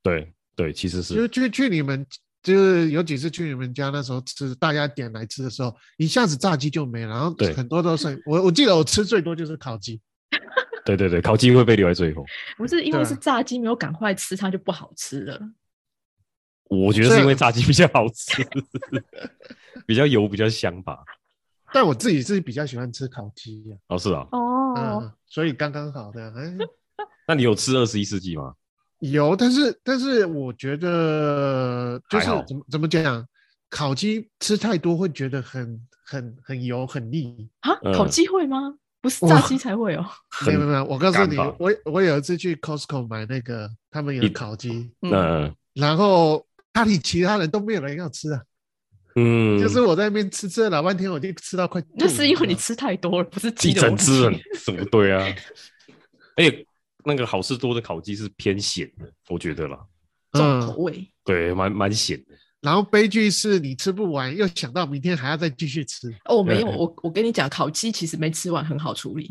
Speaker 1: 对对，其实
Speaker 4: 就是去去你们就是有几次去你们家那时候吃，大家点来吃的时候，一下子炸鸡就没了，然后
Speaker 1: 对
Speaker 4: 很多都是我我记得我吃最多就是烤鸡。
Speaker 1: 对对对，烤鸡会被留在最后。
Speaker 2: 不是因为
Speaker 4: 对啊
Speaker 2: 是炸鸡没有赶快吃，它就不好吃了。
Speaker 1: 我觉得是因为炸鸡比较好吃， 比较油，比较香吧。
Speaker 4: 但我自己是比较喜欢吃烤鸡呀、
Speaker 1: 哦，是啊，
Speaker 2: 哦
Speaker 4: 嗯，所以刚刚好的，哎，
Speaker 1: 那你有吃二十一世纪吗？
Speaker 4: 有，但是但是我觉得就是
Speaker 1: 还好
Speaker 4: 怎么怎么讲，烤鸡吃太多会觉得很很很油很腻。
Speaker 2: 啊，
Speaker 1: 嗯
Speaker 2: 烤鸡会吗？不是
Speaker 4: 哇
Speaker 2: 炸鸡才会哦。
Speaker 1: 很
Speaker 4: 没有没有没有，我告诉
Speaker 1: 干
Speaker 4: 你
Speaker 1: 吧，
Speaker 4: 我我有一次去 Costco 买那个他们有
Speaker 1: 一
Speaker 4: 烤鸡，
Speaker 2: 嗯，
Speaker 1: 那
Speaker 4: 然后家里其他人都没有人要吃啊，
Speaker 1: 嗯，
Speaker 4: 就是我在那边吃吃了老半天，我就吃到快吐了，
Speaker 2: 那是因为你
Speaker 4: 知
Speaker 2: 吃
Speaker 4: 道吗
Speaker 2: 太多了，不是鸡
Speaker 1: 一
Speaker 2: 的问
Speaker 1: 整
Speaker 2: 题
Speaker 1: 只很怎么对啊？而且那个好事多的烤鸡是偏咸的，我觉得啦，
Speaker 2: 重
Speaker 4: 嗯
Speaker 2: 口味。
Speaker 1: 对，蛮蛮咸的。
Speaker 4: 然后悲剧是你吃不完，又想到明天还要再继续吃。
Speaker 2: 哦，没有，我我跟你讲，烤鸡其实没吃完很好处理，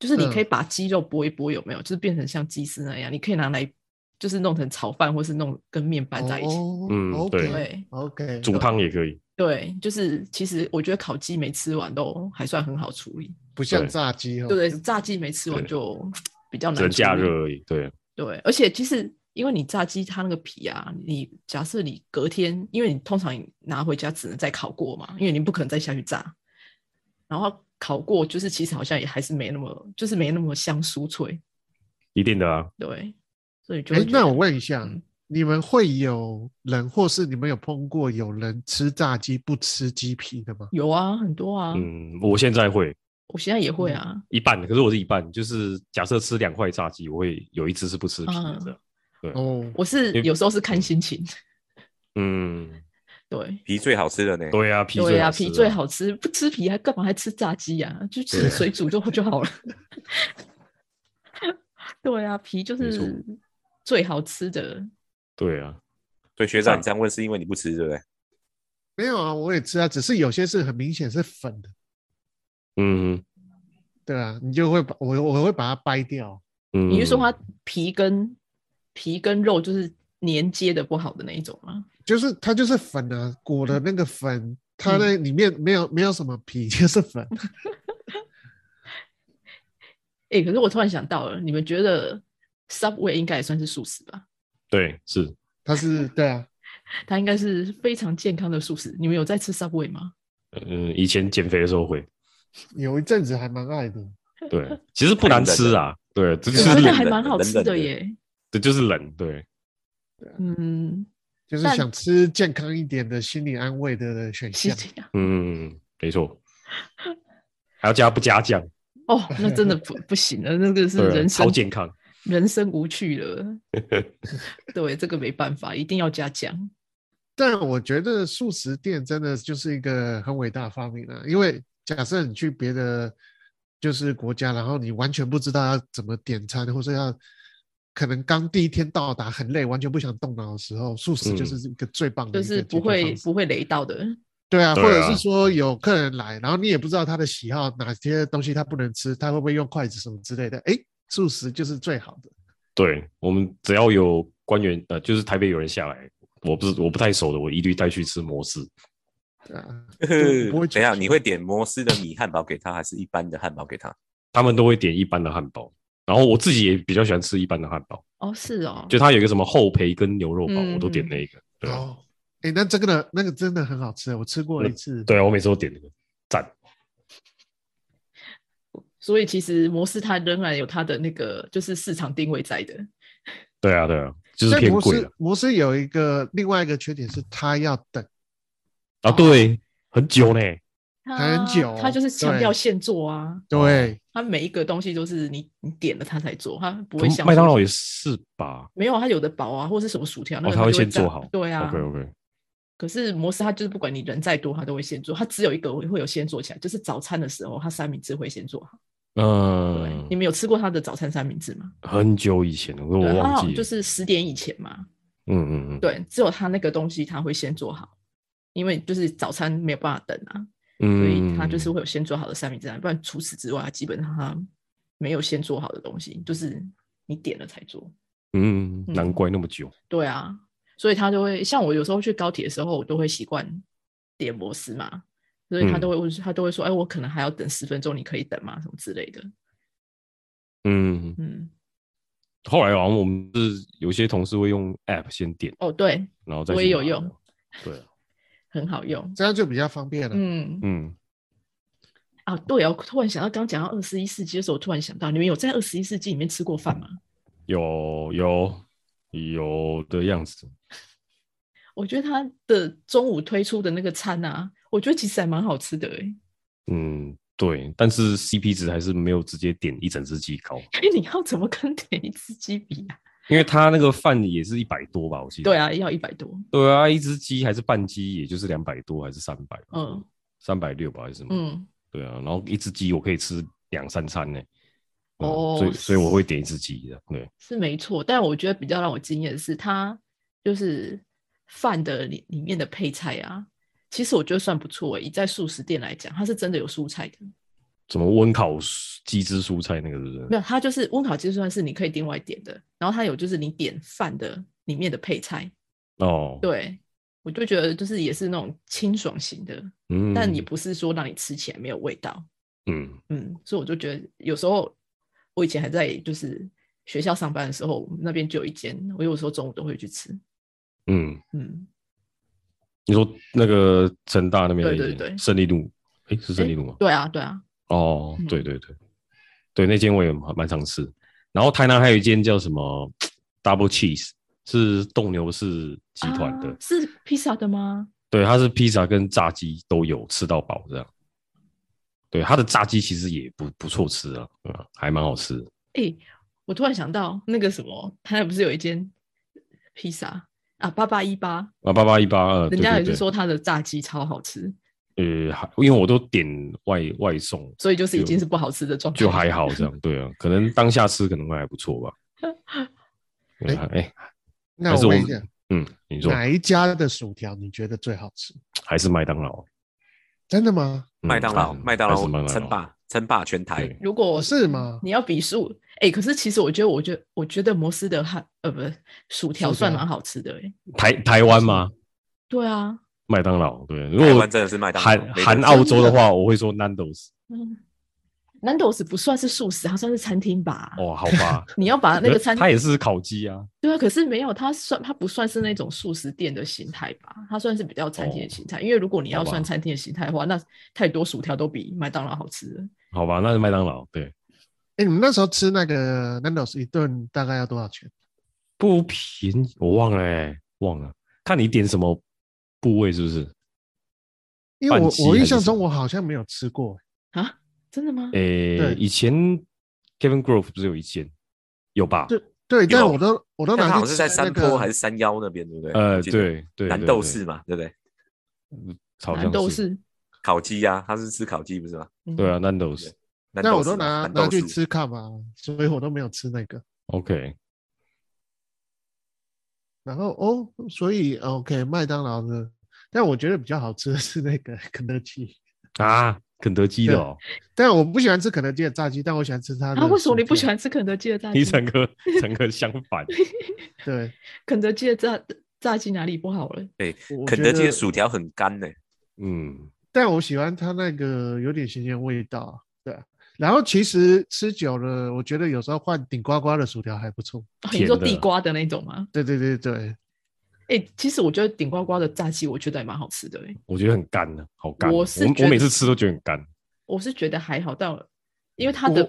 Speaker 2: 就是
Speaker 4: 嗯
Speaker 2: 你可以把鸡肉剥一剥，有没有？就是变成像鸡丝那样，你可以拿来就是弄成炒饭，或是弄跟面拌在一起。
Speaker 4: 哦
Speaker 1: 嗯对
Speaker 4: ，OK
Speaker 2: 对
Speaker 4: OK，
Speaker 1: 煮汤也可以，
Speaker 2: 对，就是其实我觉得烤鸡没吃完都还算很好处理，
Speaker 4: 不像
Speaker 1: 对
Speaker 4: 炸鸡哦
Speaker 2: 对不。对？炸鸡没吃完
Speaker 1: 对
Speaker 2: 就比较
Speaker 1: 只能
Speaker 2: 难
Speaker 1: 加
Speaker 2: 处理
Speaker 1: 热而已。对，啊
Speaker 2: 对，而且其实因为你炸鸡它那个皮啊，你假设你隔天，因为你通常你拿回家只能再烤过嘛，因为你不可能再下去炸。然后烤过就是其实好像也还是没那么，就是没那么香酥脆，
Speaker 1: 一定的啊。
Speaker 2: 对，所以就
Speaker 4: 哎
Speaker 2: 会，觉
Speaker 4: 那
Speaker 2: 得
Speaker 4: 我问一下
Speaker 2: 嗯，
Speaker 4: 你们会有人，或是你们有碰过有人吃炸鸡不吃鸡皮的吗？
Speaker 2: 有啊，很多啊，
Speaker 1: 嗯，我现在会
Speaker 2: 我现在也会
Speaker 4: 嗯
Speaker 2: 啊，
Speaker 1: 一半，可是我是一半，就是假设吃两块炸鸡，我会有一只是不吃皮的
Speaker 2: 嗯
Speaker 1: 这样。
Speaker 4: 哦，
Speaker 2: 我是
Speaker 1: 因为
Speaker 2: 有时候是看心情，
Speaker 1: 嗯，
Speaker 2: 对。
Speaker 3: 皮最好吃了呢，
Speaker 1: 对啊，皮
Speaker 2: 对
Speaker 1: 最
Speaker 2: 啊，
Speaker 1: 好吃
Speaker 2: 皮最。好吃，不吃皮还干嘛？还吃炸鸡呀、就吃
Speaker 1: 对啊
Speaker 2: 水煮就就好了。 对啊，皮就
Speaker 1: 没错
Speaker 2: 是最好吃的。
Speaker 1: 对啊，
Speaker 3: 所以学长你这样问是因为你不吃，对不对？
Speaker 4: 没有啊，我也吃啊，只是有些是很明显是粉的，
Speaker 1: 嗯
Speaker 4: 对啊，你就会把我我会把它掰掉。
Speaker 1: 嗯，
Speaker 2: 你是说它皮跟皮跟肉就是粘接的不好的那一种吗？
Speaker 4: 就是它就是粉啊，裹的那个粉
Speaker 2: 嗯
Speaker 4: 它那里面没有没有什么皮， 就是粉。
Speaker 2: 哎、可是我突然想到了，你们觉得 Subway 应该也算是素食吧？
Speaker 1: 对，是
Speaker 4: 它是对啊，
Speaker 2: 它应该是非常健康的素食。你们有在吃 Subway 吗？
Speaker 1: 嗯，以前减肥的时候会，
Speaker 4: 有一阵子还蛮爱的。
Speaker 1: 对， 其实不难吃啊，对，只
Speaker 3: 就是
Speaker 2: 真的
Speaker 1: 冷，
Speaker 2: 还
Speaker 3: 冷
Speaker 2: 蛮
Speaker 3: 的
Speaker 2: 好
Speaker 3: 冷
Speaker 2: 吃
Speaker 3: 冷
Speaker 2: 的
Speaker 3: 的
Speaker 2: 耶。
Speaker 1: 对，就是冷，对，
Speaker 2: 嗯，
Speaker 4: 就是
Speaker 2: 但
Speaker 4: 想吃健康一点的心理安慰的选
Speaker 2: 是
Speaker 4: 项。
Speaker 2: 这样
Speaker 1: 嗯，没 错，还要加不加酱，
Speaker 2: 哦，那真的不不行了，那个是
Speaker 1: 对啊，
Speaker 2: 人生
Speaker 1: 超健康，
Speaker 2: 人生无趣了。 对，这个没办法，一定要加酱。
Speaker 4: 但我觉得素食店真的就是一个很伟大的发明啊！因为假设你去别的就是国家，然后你完全不知道要怎么点餐，或者要可能刚第一天到达很累，完全不想动脑的时候，素食
Speaker 1: 嗯
Speaker 4: 就是一个最棒
Speaker 2: 就
Speaker 4: 的一个
Speaker 2: 是
Speaker 4: 解决
Speaker 2: 不
Speaker 4: 方式、
Speaker 2: 会不会雷到的。
Speaker 4: 对啊，或
Speaker 1: 对
Speaker 4: 者
Speaker 1: 啊
Speaker 4: 是说有客人来，然后你也不知道他的喜好，哪些东西他不能吃，他会不会用筷子什么之类的。哎，素食就是最好的。
Speaker 1: 对我们只要有官员，呃，就是台北有人下来，我不是我不太熟的，我一律带去吃摩斯，
Speaker 4: 对啊，就不会
Speaker 3: 等一下，
Speaker 4: 煮
Speaker 3: 你会点摩斯的米汉堡给他，还是一般的汉堡给他？
Speaker 1: 他们都会点一般的汉堡，然后我自己也比较喜欢吃一般的汉堡，
Speaker 2: 哦，是哦，
Speaker 1: 就它有一个什么厚培跟牛肉堡，
Speaker 2: 嗯
Speaker 1: 我都点那一个，对啊，
Speaker 4: 哦，哎，那这个呢，那个真的很好吃，我吃过一次。
Speaker 1: 对啊，我每次都点那个，赞，
Speaker 2: 所以其实摩斯它仍然有它的那个就是市场定位在的。
Speaker 1: 对啊，对啊，就是
Speaker 4: 但
Speaker 1: 偏
Speaker 4: 摩
Speaker 1: 贵
Speaker 4: 斯
Speaker 1: 了
Speaker 4: 摩斯有一个另外一个缺点是，它要等，
Speaker 1: 啊，对，很久呢，
Speaker 4: 很久
Speaker 2: 它就是强
Speaker 4: 对
Speaker 2: 调现做啊，
Speaker 1: 哦
Speaker 4: 对，
Speaker 2: 它每一个东西都是你你点了它才做，它不
Speaker 1: 可
Speaker 2: 会像
Speaker 1: 麦当劳
Speaker 2: 说
Speaker 1: 也是吧？
Speaker 2: 没有，它有的薄啊，或是什么薯条，那
Speaker 1: 哦，
Speaker 2: 个
Speaker 1: 他会
Speaker 2: 就
Speaker 1: 先做
Speaker 2: 炸
Speaker 1: 好，
Speaker 2: 对啊
Speaker 1: OK OK，
Speaker 2: 可是摩斯它就是不管你人再多，它都会先做，它只有一个会会有先做起来，就是早餐的时候，它三明治会先做好。对，
Speaker 1: 嗯
Speaker 2: 你，们有吃过它的早餐三明治吗？
Speaker 1: 很久以前了，我
Speaker 2: 对，
Speaker 1: 我
Speaker 2: 它好
Speaker 1: 忘
Speaker 2: 像
Speaker 1: 记
Speaker 2: 就
Speaker 1: 了，
Speaker 2: 是十点以前嘛。
Speaker 1: 嗯嗯嗯，
Speaker 2: 对，只有他那个东西他会先做好，因为就是早餐没有办法等啊，
Speaker 1: 嗯，
Speaker 2: 所以他就是会有先做好的三明治啊，不然除此之外，他基本上他没有先做好的东西，就是你点了才做。
Speaker 1: 嗯，
Speaker 2: 嗯
Speaker 1: 难怪那么久，
Speaker 2: 对啊，所以他就会像我有时候去高铁的时候，我都会习惯点摩斯嘛，所以他
Speaker 1: 嗯
Speaker 2: 都会问，他都会说，哎，我可能还要等十分钟，你可以等吗？什么之类的。
Speaker 1: 嗯，
Speaker 2: 嗯，
Speaker 1: 后来好像我们是有些同事会用 App 先点，
Speaker 2: 哦，对，
Speaker 1: 然后再
Speaker 2: 我
Speaker 1: 去
Speaker 2: 也有
Speaker 1: 拿
Speaker 2: 用
Speaker 1: 的，对啊，
Speaker 2: 很好用。
Speaker 4: 这样就比较方便了。
Speaker 2: 嗯
Speaker 1: 嗯，
Speaker 2: 啊，对哦，我突然想到，刚讲到二十一世纪的时候，我突然想到，你们有在二十一世纪里面吃过饭吗？
Speaker 1: 有有有的样子，
Speaker 2: 我觉得它的中午推出的那个餐啊，我觉得其实还蛮好吃的欸诶，
Speaker 1: 嗯，对，但是 CP 值还是没有直接点一整只鸡高，
Speaker 2: 因为你要怎么跟点一只鸡比啊？
Speaker 1: 因为他那个饭也是一百多吧，我记得，
Speaker 2: 对啊，要一百多。
Speaker 1: 对啊，一只鸡还是半鸡，也就是两百多还是三百，
Speaker 2: 嗯，
Speaker 1: 三百六吧还是什么，
Speaker 2: 嗯，
Speaker 1: 对啊，然后一只鸡我可以吃两三餐呢、嗯
Speaker 2: 哦
Speaker 1: 所以所以我会点一只鸡的，对，
Speaker 2: 是没错。但我觉得比较让我惊艳的是，它就是饭的里里面的配菜啊，其实我觉得算不错诶。欸以在素食店来讲，它是真的有蔬菜的。
Speaker 1: 什么温烤蔬鸡汁蔬菜那个是不
Speaker 2: 没
Speaker 1: 是？
Speaker 2: 有，它就是温烤鸡算是你可以另外点的，然后它有就是你点饭的里面的配菜。
Speaker 1: 哦，，
Speaker 2: 对，我就觉得就是也是那种清爽型的，
Speaker 1: 嗯
Speaker 2: 但也不是说让你吃起来没有味道。
Speaker 1: 嗯，
Speaker 2: 嗯，所以我就觉得有时候我以前还在就是学校上班的时候，我们那边就有一间，我有时候中午都会去吃。
Speaker 1: 嗯，
Speaker 2: 嗯，
Speaker 1: 你说那个成大那边的
Speaker 2: 对对
Speaker 1: 一间
Speaker 2: 对
Speaker 1: 胜利路，诶，是胜
Speaker 2: 诶
Speaker 1: 利路吗？
Speaker 2: 对啊，对啊，
Speaker 1: 哦
Speaker 2: 嗯，
Speaker 1: 对对对，对那间我也蛮蛮常吃。然后台南还有一间叫什么 Double Cheese，是斗牛士集团的，
Speaker 2: 啊是披萨的吗？
Speaker 1: 对，它是披萨跟炸鸡都有吃到饱这样。对，它的炸鸡其实也不不错吃啊，对吧还蛮好吃的。
Speaker 2: 诶，我突然想到那个什么，台南不是有一间披萨啊，八八一八，
Speaker 1: 啊，八八一八二，
Speaker 2: 人家
Speaker 1: 对对
Speaker 2: 也是
Speaker 1: 对
Speaker 2: 说他的炸鸡超好吃，
Speaker 1: 呃，还因为我都点外外送，
Speaker 2: 所以就是已
Speaker 1: 就
Speaker 2: 经是不好吃的状态，
Speaker 1: 就还好这 样，对啊，可能当下吃可能会还不错吧。对啊哎、
Speaker 4: 那
Speaker 1: 还是
Speaker 4: 我
Speaker 1: 我
Speaker 4: 问一
Speaker 1: 们
Speaker 4: 下，
Speaker 1: 嗯，你说
Speaker 4: 哪一家的薯条你觉得最好吃？
Speaker 1: 还是麦当劳，
Speaker 4: 真的吗？
Speaker 1: 嗯
Speaker 3: 麦当劳，
Speaker 1: 还是
Speaker 3: 麦当
Speaker 1: 还是麦
Speaker 3: 劳
Speaker 1: 当
Speaker 3: 称霸，哎称霸全台。
Speaker 1: 对
Speaker 2: 如果
Speaker 4: 是吗
Speaker 2: 你要比数，哎、可是其实我觉得，我觉得，我觉得摩斯的汉呃不是薯条
Speaker 4: 薯条
Speaker 2: 算蛮好吃的哎、
Speaker 1: 台台湾吗？
Speaker 2: 对啊，
Speaker 1: 麦当劳对，如
Speaker 3: 台
Speaker 1: 果
Speaker 3: 湾真的是麦当劳
Speaker 1: 含
Speaker 3: 没得
Speaker 1: 含
Speaker 3: 讲
Speaker 1: 澳洲的话，我会说 Nando's。
Speaker 2: 嗯，Nando's 不算是素食，它算是餐厅吧？
Speaker 1: 哦，好吧，
Speaker 2: 你要把那个
Speaker 1: 可
Speaker 2: 餐
Speaker 1: 它也是烤鸡啊。
Speaker 2: 对啊，可是没有，它算它不算是那种素食店的形态吧？它算是比较餐厅的
Speaker 1: 哦
Speaker 2: 形态，因为如果你
Speaker 1: 好
Speaker 2: 要算
Speaker 1: 吧
Speaker 2: 餐厅的形态的话，那太多薯条都比麦当劳好吃了。
Speaker 1: 好吧，那是麦当劳。对，
Speaker 4: 哎，你们那时候吃那个 Nando's 一顿大概要多少钱？
Speaker 1: 不便宜，我忘了、欸，忘了，看你点什么部位是不是？
Speaker 4: 因为
Speaker 1: 半
Speaker 4: 我
Speaker 1: 鸡
Speaker 4: 我
Speaker 1: 还
Speaker 4: 印
Speaker 1: 是
Speaker 4: 象
Speaker 1: 什
Speaker 4: 中
Speaker 1: 么
Speaker 4: 我好像没有吃过，
Speaker 2: 啊，真的吗？
Speaker 1: 诶、
Speaker 4: 对
Speaker 1: 以前 Kevin Grove 不是有一间，有啊吧？
Speaker 4: 对对，但
Speaker 3: 有
Speaker 4: 我都我都
Speaker 3: 但它
Speaker 4: 拿
Speaker 3: 好像
Speaker 4: 去
Speaker 3: 是
Speaker 4: 吃
Speaker 3: 在
Speaker 4: 那
Speaker 3: 山坡
Speaker 4: 个
Speaker 3: 还是山腰那边，对不对？
Speaker 1: 呃，
Speaker 3: 我记得
Speaker 1: 对对，
Speaker 3: 南
Speaker 1: 对
Speaker 3: 斗
Speaker 1: 对
Speaker 3: 士嘛，对不对？
Speaker 1: 好
Speaker 2: 南
Speaker 1: 像
Speaker 2: 豆
Speaker 1: 是，
Speaker 2: 是，
Speaker 3: 烤鸡呀、他是吃烤鸡不是吗？
Speaker 2: 嗯
Speaker 1: 对啊，南斗士。
Speaker 3: 南
Speaker 4: 那
Speaker 3: 斗
Speaker 4: 我
Speaker 3: 士
Speaker 4: 都
Speaker 3: 嘛
Speaker 4: 拿
Speaker 3: 南
Speaker 4: 拿
Speaker 3: 斗
Speaker 4: 去
Speaker 3: 士
Speaker 4: 吃看嘛，所以我都没有吃那个。
Speaker 1: OK，
Speaker 4: 然后哦，所以 OK 麦当劳呢，但我觉得比较好吃的是那个 肯德基，
Speaker 1: 啊，肯德基的
Speaker 4: 对
Speaker 1: 哦，
Speaker 4: 但我不喜欢吃肯德基的炸鸡，但我喜欢吃它的。
Speaker 2: 啊，为什么你不喜？欢吃肯德基的炸鸡？
Speaker 1: 你整个 整个相反，
Speaker 4: 对，
Speaker 2: 肯德基的炸炸鸡哪里不好了？
Speaker 4: 我
Speaker 3: 肯
Speaker 4: 觉
Speaker 3: 德基的
Speaker 4: 得
Speaker 3: 薯条很干呢、
Speaker 1: 嗯，
Speaker 4: 但我喜欢它那个有点咸咸味道啊，对啊。然后其实吃久了，我觉得有时候换顶呱呱的薯条还不错。
Speaker 2: 哦
Speaker 1: 甜
Speaker 2: 你说地
Speaker 1: 的
Speaker 2: 瓜的那种吗？
Speaker 4: 对对对对，
Speaker 2: 哎、其实我觉得顶呱呱的炸鸡，我觉得也蛮好吃的、欸。
Speaker 1: 我觉得很干呢、好干哦。
Speaker 2: 我
Speaker 1: 我
Speaker 2: 是觉
Speaker 1: 我
Speaker 2: 得
Speaker 1: 每次吃都觉得很干。
Speaker 2: 我是觉得还好，但我因为它的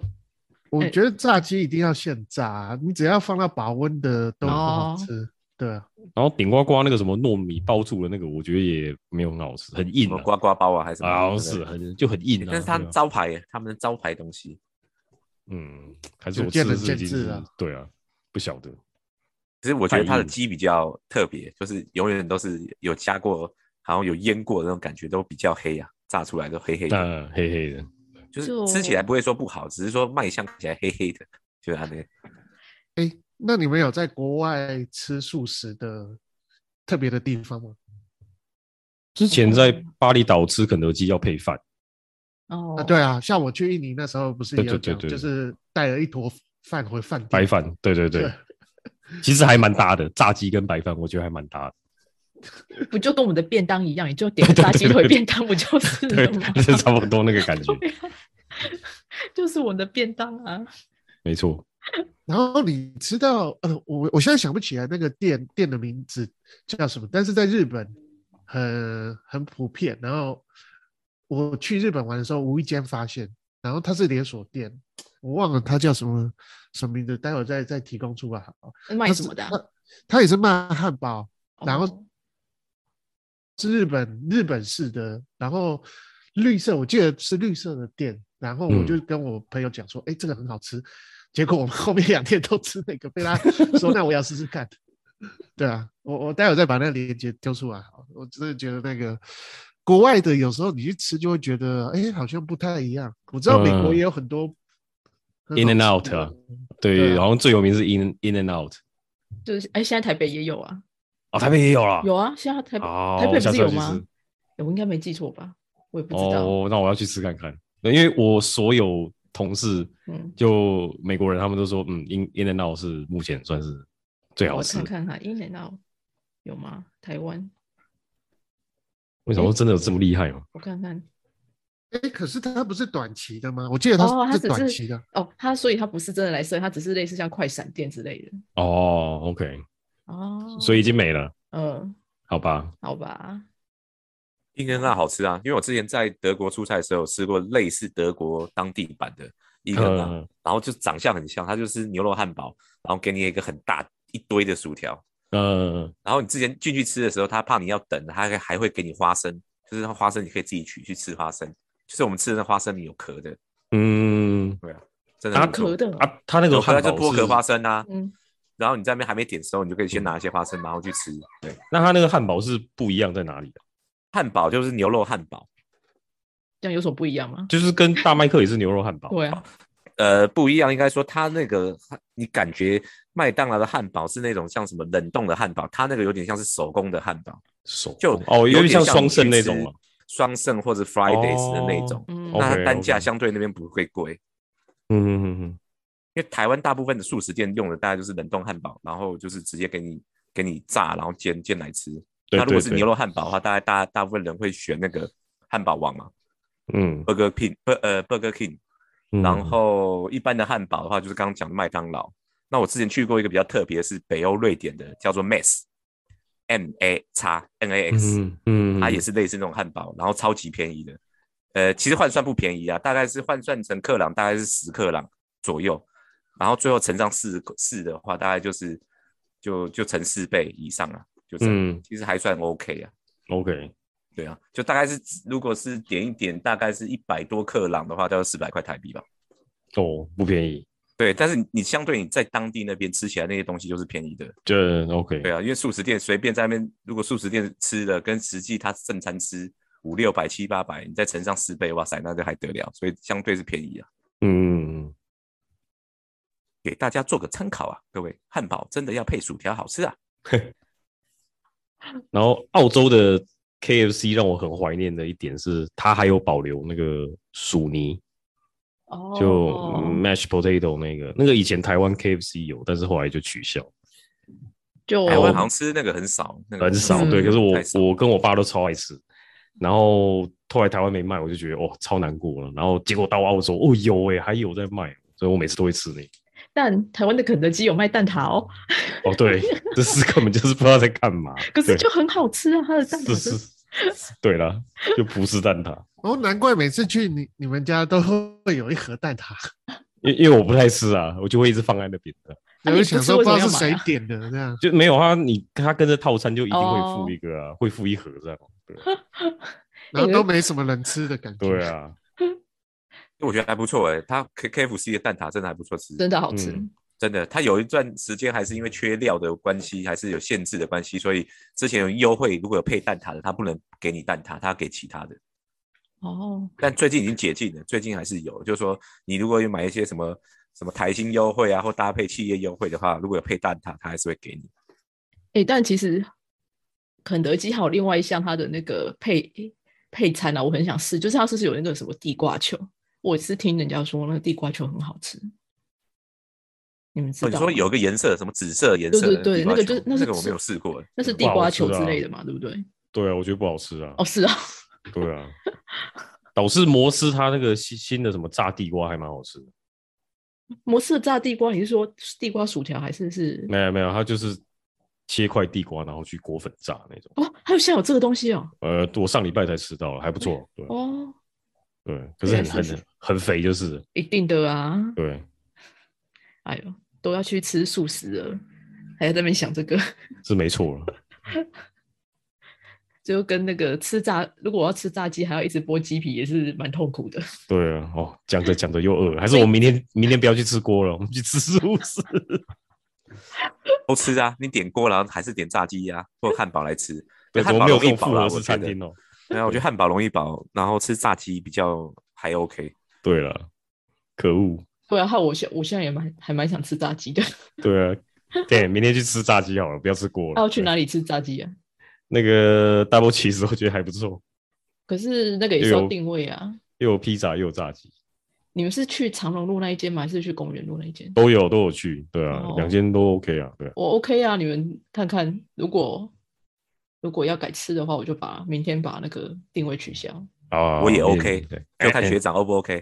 Speaker 4: 我
Speaker 2: 哎
Speaker 4: 觉得炸鸡一定要现炸啊、你只要放到保温的都很好
Speaker 2: 哦
Speaker 4: 吃。对啊，
Speaker 1: 然后顶呱呱那个什么糯米包住的那个，我觉得也没有很好吃，很
Speaker 3: 什
Speaker 1: 硬
Speaker 3: 么
Speaker 1: 啊，
Speaker 3: 呱呱包啊还是什么的？
Speaker 1: 好像
Speaker 3: 对不
Speaker 1: 是
Speaker 3: 对
Speaker 1: 很就很硬啊。
Speaker 3: 但是他
Speaker 1: 对啊
Speaker 3: 们招牌耶，他们的招牌东西。
Speaker 1: 嗯，还是
Speaker 4: 就
Speaker 1: 我吃
Speaker 4: 见
Speaker 1: 的
Speaker 4: 仁
Speaker 1: 是已
Speaker 4: 见
Speaker 1: 经
Speaker 4: 智
Speaker 1: 是
Speaker 4: 啊
Speaker 1: 对啊，不晓得。
Speaker 3: 可是我觉得
Speaker 1: 太
Speaker 3: 它的
Speaker 1: 硬
Speaker 3: 鸡比较特别，就是永远都是有加过，好像有腌过的那种感觉，都比较黑啊，炸出来都黑黑的，
Speaker 1: 那黑黑的，
Speaker 3: 就是吃起来不会说不好，只是说卖相看起来黑黑的，就是啊安内。
Speaker 4: 哎，那你们有在国外吃素食的特别的地方吗？
Speaker 1: 之前在巴厘岛吃肯德基要配饭，
Speaker 2: 哦、
Speaker 4: 啊，对啊，像我去印尼那时候不是也
Speaker 1: 对
Speaker 4: 有
Speaker 1: 对对
Speaker 4: 讲，
Speaker 1: 对
Speaker 4: 就是带了一坨饭回饭店，
Speaker 1: 白饭，对对对， 其实还蛮搭的，炸鸡跟白饭，我觉得还蛮搭的。
Speaker 2: 不就跟我们的便当一样，你就点个炸鸡腿便当，不就 是
Speaker 1: 对
Speaker 2: 了吗，？
Speaker 1: 是 差不多那个感觉，
Speaker 2: 对啊 就是我们的便当啊。
Speaker 1: 没错。
Speaker 4: 然后你吃到，呃，我我现在想不起来那个店店的名字叫什么，但是在日本很很普遍。然后我去日本玩的时候，无意间发现，然后它是连锁店，我忘了它叫什么什么名字，待会儿再再提供出来好了。
Speaker 2: 卖
Speaker 4: 它
Speaker 2: 什
Speaker 4: 是
Speaker 2: 么的啊、
Speaker 4: 它它也是卖汉堡，然后
Speaker 2: 哦
Speaker 4: 是日本日本式的，然后绿色，我记得是绿色的店，然后我
Speaker 1: 嗯
Speaker 4: 就跟我朋友讲说，哎、这个很好吃，结果我们后面两天都吃那个，被他说那我要试试看。对啊，我我待会再把那个链接丢出来好了，我真的觉得那个国外的有时候你去吃就会觉得，哎、好像不太一样。我知道美国
Speaker 1: 嗯
Speaker 4: 也有很多很
Speaker 1: In and
Speaker 4: 好吃
Speaker 1: out 啊
Speaker 4: 的对
Speaker 1: 对，
Speaker 4: 啊
Speaker 1: 好像最有名是 In In and Out，
Speaker 2: 就是哎、现在台北也有啊，
Speaker 1: 哦，台北也有啦，
Speaker 2: 有啊，现在台北、
Speaker 1: 哦，
Speaker 2: 台北
Speaker 1: 我
Speaker 2: 不
Speaker 1: 下
Speaker 2: 是
Speaker 1: 次要
Speaker 2: 有
Speaker 1: 去
Speaker 2: 吗
Speaker 1: 吃。？
Speaker 2: 哎我应该没记错吧？我也不知道。
Speaker 1: 哦，那我要去吃看看，对因为我所有同事
Speaker 2: 嗯，
Speaker 1: 就美国人，他们都说，嗯，In In and Out 是目前算是最好
Speaker 2: 我
Speaker 1: 吃
Speaker 2: 看
Speaker 1: 的。
Speaker 2: 看哈，英 n o u 有吗？台湾，
Speaker 1: 为什么真的有这么厉害吗？
Speaker 2: 我看看。
Speaker 4: 哎、可是它不是短期的吗？我记得它
Speaker 2: 哦它
Speaker 4: 是
Speaker 2: 只
Speaker 4: 短
Speaker 2: 是
Speaker 4: 期的，
Speaker 2: 哦，它所以它不是真的来射，它只是类似像快闪店之类的。
Speaker 1: 哦，OK，
Speaker 2: 哦，
Speaker 1: 所以已经没了，
Speaker 2: 嗯，
Speaker 1: 好吧？
Speaker 2: 好吧，
Speaker 3: 英根辣好吃啊，因为我之前在德国出差的时候有吃过类似德国当地版的英根辣，
Speaker 1: 嗯
Speaker 3: 然后就长相很像，它就是牛肉汉堡，然后给你一个很大一堆的薯条，
Speaker 1: 呃，
Speaker 3: 然后你之前进去吃的时候，他怕你要等，他还还会给你花生，就是那花生你可以自己取去吃花生，就是我们吃的那花生米有壳的，
Speaker 1: 嗯，
Speaker 3: 真的
Speaker 1: 啊
Speaker 3: 很
Speaker 2: 有
Speaker 3: 酷
Speaker 2: 壳的哦，
Speaker 1: 啊，他那个
Speaker 3: 有壳
Speaker 1: 汉
Speaker 3: 就
Speaker 1: 堡
Speaker 3: 剥壳
Speaker 1: 是
Speaker 3: 花生啊，
Speaker 2: 嗯，
Speaker 3: 然后你在那边还没点的时候，你就可以先拿一些花生，然后去吃。对，
Speaker 1: 那他那个汉堡是不一样在哪里的？
Speaker 3: 汉堡就是牛肉汉堡，
Speaker 2: 这样有所不一样吗？
Speaker 1: 就是跟大麦克也是牛肉汉堡，
Speaker 2: 对啊，
Speaker 3: 呃，不一样，应该说它那个你感觉麦当劳的汉堡是那种像什么冷冻的汉堡，它那个有点像是手工的汉堡，
Speaker 1: 手
Speaker 3: 就
Speaker 1: 哦，有
Speaker 3: 点
Speaker 1: 点
Speaker 3: 像
Speaker 1: 像双盛那种
Speaker 3: 嘛
Speaker 1: 嘛，，
Speaker 3: 双盛或者 Fridays 的那种，
Speaker 2: 嗯，
Speaker 1: 哦
Speaker 3: 那它
Speaker 1: OK，
Speaker 3: 单价
Speaker 1: OK
Speaker 3: 相对那边不会贵。
Speaker 1: 嗯嗯嗯嗯。
Speaker 3: 因为台湾大部分的素食店用的大概就是冷冻汉堡，然后就是直接给你给你炸，然后煎煎来吃。
Speaker 1: 对
Speaker 3: 那如果
Speaker 1: 对
Speaker 3: 是
Speaker 1: 对
Speaker 3: 牛肉汉堡的话，大概大大部分人会选那个汉堡王嘛
Speaker 1: 嗯，
Speaker 3: ，Burger King，不呃 Burger King。
Speaker 1: 嗯
Speaker 3: 然后一般的汉堡的话，就是刚刚讲的麦当劳。那我之前去过一个比较特别，是北欧瑞典的，叫做 Max，M A X N A X，、
Speaker 1: 嗯嗯，
Speaker 3: 它也
Speaker 1: 是
Speaker 3: 是类似那种汉堡，然后超级便宜的。呃，其实换算不便宜啊，大概是换算成克朗，大概是十克朗左右。然后最后乘上四四的话，大概就是就就乘四倍以上啊，就这样，
Speaker 1: 嗯
Speaker 3: 其实还算 OK 啊。
Speaker 1: OK，
Speaker 3: 对啊，就大概是如果是点一点，大概是一百多克朗的话，大概四百块台币吧。
Speaker 1: 哦，不便宜，
Speaker 3: 对，但是你你相对你在当地那边吃起来那些东西就是便宜的，
Speaker 1: 这 OK，
Speaker 3: 对啊，因为素食店随便在那边，如果素食店吃的跟实际它正餐吃五六百七八百，你再乘上四倍，哇塞，那就还得了，所以相对是便宜啊，
Speaker 1: 嗯，嗯
Speaker 3: 给大家做个参考啊，各位，汉堡真的要配薯条好吃啊，
Speaker 1: 嗯 然后澳洲的 KFC 让我很怀念的一点是，它还有保留那个薯泥，
Speaker 2: 哦
Speaker 1: 就嗯 mash potato 那个，那个以前台湾 KFC 有，但是后来就取消，
Speaker 2: 就
Speaker 3: 台湾好像吃那个很少，那
Speaker 1: 哦
Speaker 3: 个
Speaker 1: 很少。
Speaker 2: 嗯
Speaker 1: 对，可是
Speaker 3: 太少
Speaker 1: 我我跟我爸都超爱吃，然后后来台湾没卖，我就觉得哦超难过了。然后结果到澳洲，哦有哎、还有在卖，所以我每次都会吃那个。
Speaker 2: 但台湾的肯德基有卖蛋挞，
Speaker 1: 哦，对， 这是根本就是不知道在干嘛。
Speaker 2: 可是
Speaker 1: 对
Speaker 2: 就很好吃啊，它的蛋挞
Speaker 1: 是
Speaker 2: 真
Speaker 1: 是，对啦，就葡式蛋挞，
Speaker 4: 哦，难怪每次去你你们家都会有一盒蛋挞，
Speaker 2: 啊
Speaker 1: 因因为我不太吃啊，我就会一直放在那边的。
Speaker 2: 那
Speaker 4: 我
Speaker 2: 你
Speaker 4: 就
Speaker 2: 不
Speaker 4: 想
Speaker 2: 吃
Speaker 4: 说不
Speaker 2: 为
Speaker 4: 知
Speaker 2: 什么
Speaker 4: 道
Speaker 2: 要
Speaker 4: 是
Speaker 2: 买
Speaker 4: 谁
Speaker 2: 啊
Speaker 4: 点的这 样。
Speaker 1: 就没有他，啊你他跟着套餐就一定会
Speaker 2: 哦
Speaker 1: 付一个啊，会付一盒这样。 对
Speaker 4: 然后都没什么人吃的感觉。
Speaker 1: 对，啊，
Speaker 3: 我觉得还不错哎、它 K K F C 的蛋挞真的还不错吃，
Speaker 2: 真的好吃。
Speaker 1: 嗯
Speaker 3: 真的，它有一段时间还是因为缺料的关系，还是有限制的关系，所以之前有优惠，如果有配蛋挞的，它不能给你蛋挞，它要给其他的。
Speaker 2: 哦，
Speaker 3: 但最近已经解禁了，最近还是有，就是说你如果有买一些什么什么台新优惠啊，或搭配企业优惠的话，如果有配蛋挞，它还是会给你。
Speaker 2: 哎、但其实肯德基还有另外一项它的那个配配餐啊，我很想试，就是它是不是有那个什么地瓜球？我是听人家说那个地瓜球很好吃，你们知道
Speaker 3: 哦，你
Speaker 2: 吗？
Speaker 3: 说有一个颜色，什么紫色颜色
Speaker 2: 对对
Speaker 3: 的
Speaker 2: 对
Speaker 3: 地瓜
Speaker 2: 那个
Speaker 3: 球
Speaker 2: 就是那
Speaker 3: 那
Speaker 2: 是
Speaker 3: 个我
Speaker 2: 紫
Speaker 3: 没有试过，
Speaker 2: 那是
Speaker 3: 嗯
Speaker 2: 地
Speaker 1: 不
Speaker 2: 瓜
Speaker 1: 好吃
Speaker 2: 球之
Speaker 1: 啊
Speaker 2: 类的嘛，对不对？
Speaker 1: 对啊，我觉得不好吃啊
Speaker 2: 哦，。是啊，
Speaker 1: 对啊，导师摩斯他那个新新的什么炸地瓜还蛮好吃的。
Speaker 2: 摩斯的炸地瓜，你是说地瓜薯条还是是？
Speaker 1: 没有没有，他就是切块地瓜，然后去裹粉炸那种。
Speaker 2: 哦，还有现在有这个东西哦，
Speaker 1: 呃，我上礼拜才吃到，还不错。对啊
Speaker 2: 哦，
Speaker 1: 对，可是很
Speaker 2: 是
Speaker 1: 很
Speaker 2: 是
Speaker 1: 很肥，就是
Speaker 2: 一定的啊，
Speaker 1: 对，
Speaker 2: 哎呦，都要去吃素食了，还在那边想这个，
Speaker 1: 是没错了。
Speaker 2: 就跟那个吃炸，如果我要吃炸鸡，还要一直剥鸡皮，也是蛮痛苦的。
Speaker 1: 对啊，哦，讲着讲着又饿了，还是我们明 天明天不要去吃锅了，我们去吃素食。
Speaker 3: 都吃啊。你点锅，然后还是点炸鸡啊，或汉堡来吃。
Speaker 1: 对，
Speaker 3: 汉
Speaker 1: 怎么
Speaker 3: 堡
Speaker 1: 没有
Speaker 3: 容
Speaker 1: 这种
Speaker 3: 易饱
Speaker 1: 复
Speaker 3: 啦
Speaker 1: 合
Speaker 3: 我
Speaker 1: 式
Speaker 3: 觉
Speaker 1: 餐
Speaker 3: 得
Speaker 1: 厅。哦？
Speaker 3: 对啊，我觉得汉堡容易饱，然后吃炸鸡比较还 OK。
Speaker 1: 对了，可恶。
Speaker 2: 对啊，还有我现我现在也蛮还蛮想吃炸鸡的。
Speaker 1: 对啊，对，明天去吃炸鸡好了，不要吃锅了。
Speaker 3: 哦
Speaker 2: 还要
Speaker 1: 哦
Speaker 2: 去
Speaker 1: 对
Speaker 2: 哪里吃炸鸡啊？
Speaker 1: 那个 Double Cheese 我觉得还不错，
Speaker 2: 可是那个也是
Speaker 1: 又
Speaker 2: 要
Speaker 1: 有
Speaker 2: 定位啊。
Speaker 1: 又有披萨又有炸鸡，
Speaker 2: 你们是去长隆路那一间吗？还是去公园路那一间？
Speaker 1: 都有都有去，对啊
Speaker 2: 哦，
Speaker 1: 两间都 OK 啊，对啊，
Speaker 2: 我 OK 啊，你们看看，如果如果要改吃的话，我就把明天把那个定位取消。
Speaker 1: 好啊
Speaker 3: 我也
Speaker 1: 好啊
Speaker 3: OK
Speaker 1: 对
Speaker 3: 就看学长 O 不 OK。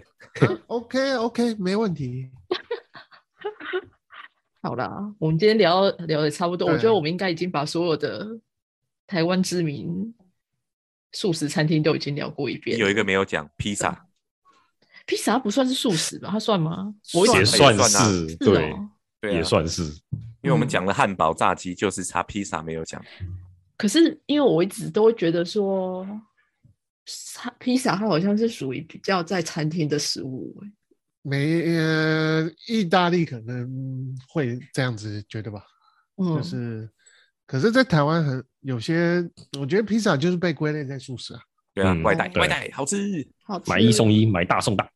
Speaker 4: OK OK，没问题。
Speaker 2: 好啦，我们今天聊聊的差不多，我觉得
Speaker 4: 对
Speaker 2: 我们应该已经把所有的台湾知名素食餐厅都已经聊过一遍了。
Speaker 3: 有一个没有讲披萨，
Speaker 2: 披萨不算是素食吧？它算吗？我
Speaker 4: 算
Speaker 1: 也
Speaker 2: 是
Speaker 1: 算
Speaker 3: 也算啊
Speaker 1: 是
Speaker 2: 哦
Speaker 1: 对，
Speaker 3: 对、啊，
Speaker 1: 也，算是
Speaker 3: 因为我们
Speaker 2: 嗯
Speaker 3: 讲了汉堡、炸鸡，就是差披萨没有讲。
Speaker 2: 可是因为我一直都会觉得说，它披萨它好像是属于比较在餐厅的食物欸、
Speaker 4: 没呃，意大利可能会这样子觉得吧，
Speaker 2: 嗯，
Speaker 4: 就是，可是，在台湾很有些，我觉得披萨就是被归类在素食啊。
Speaker 3: 对啊，
Speaker 1: 嗯
Speaker 3: 外带
Speaker 2: 对
Speaker 3: 外带好吃，
Speaker 2: 好吃
Speaker 1: 买一送一，买大送大，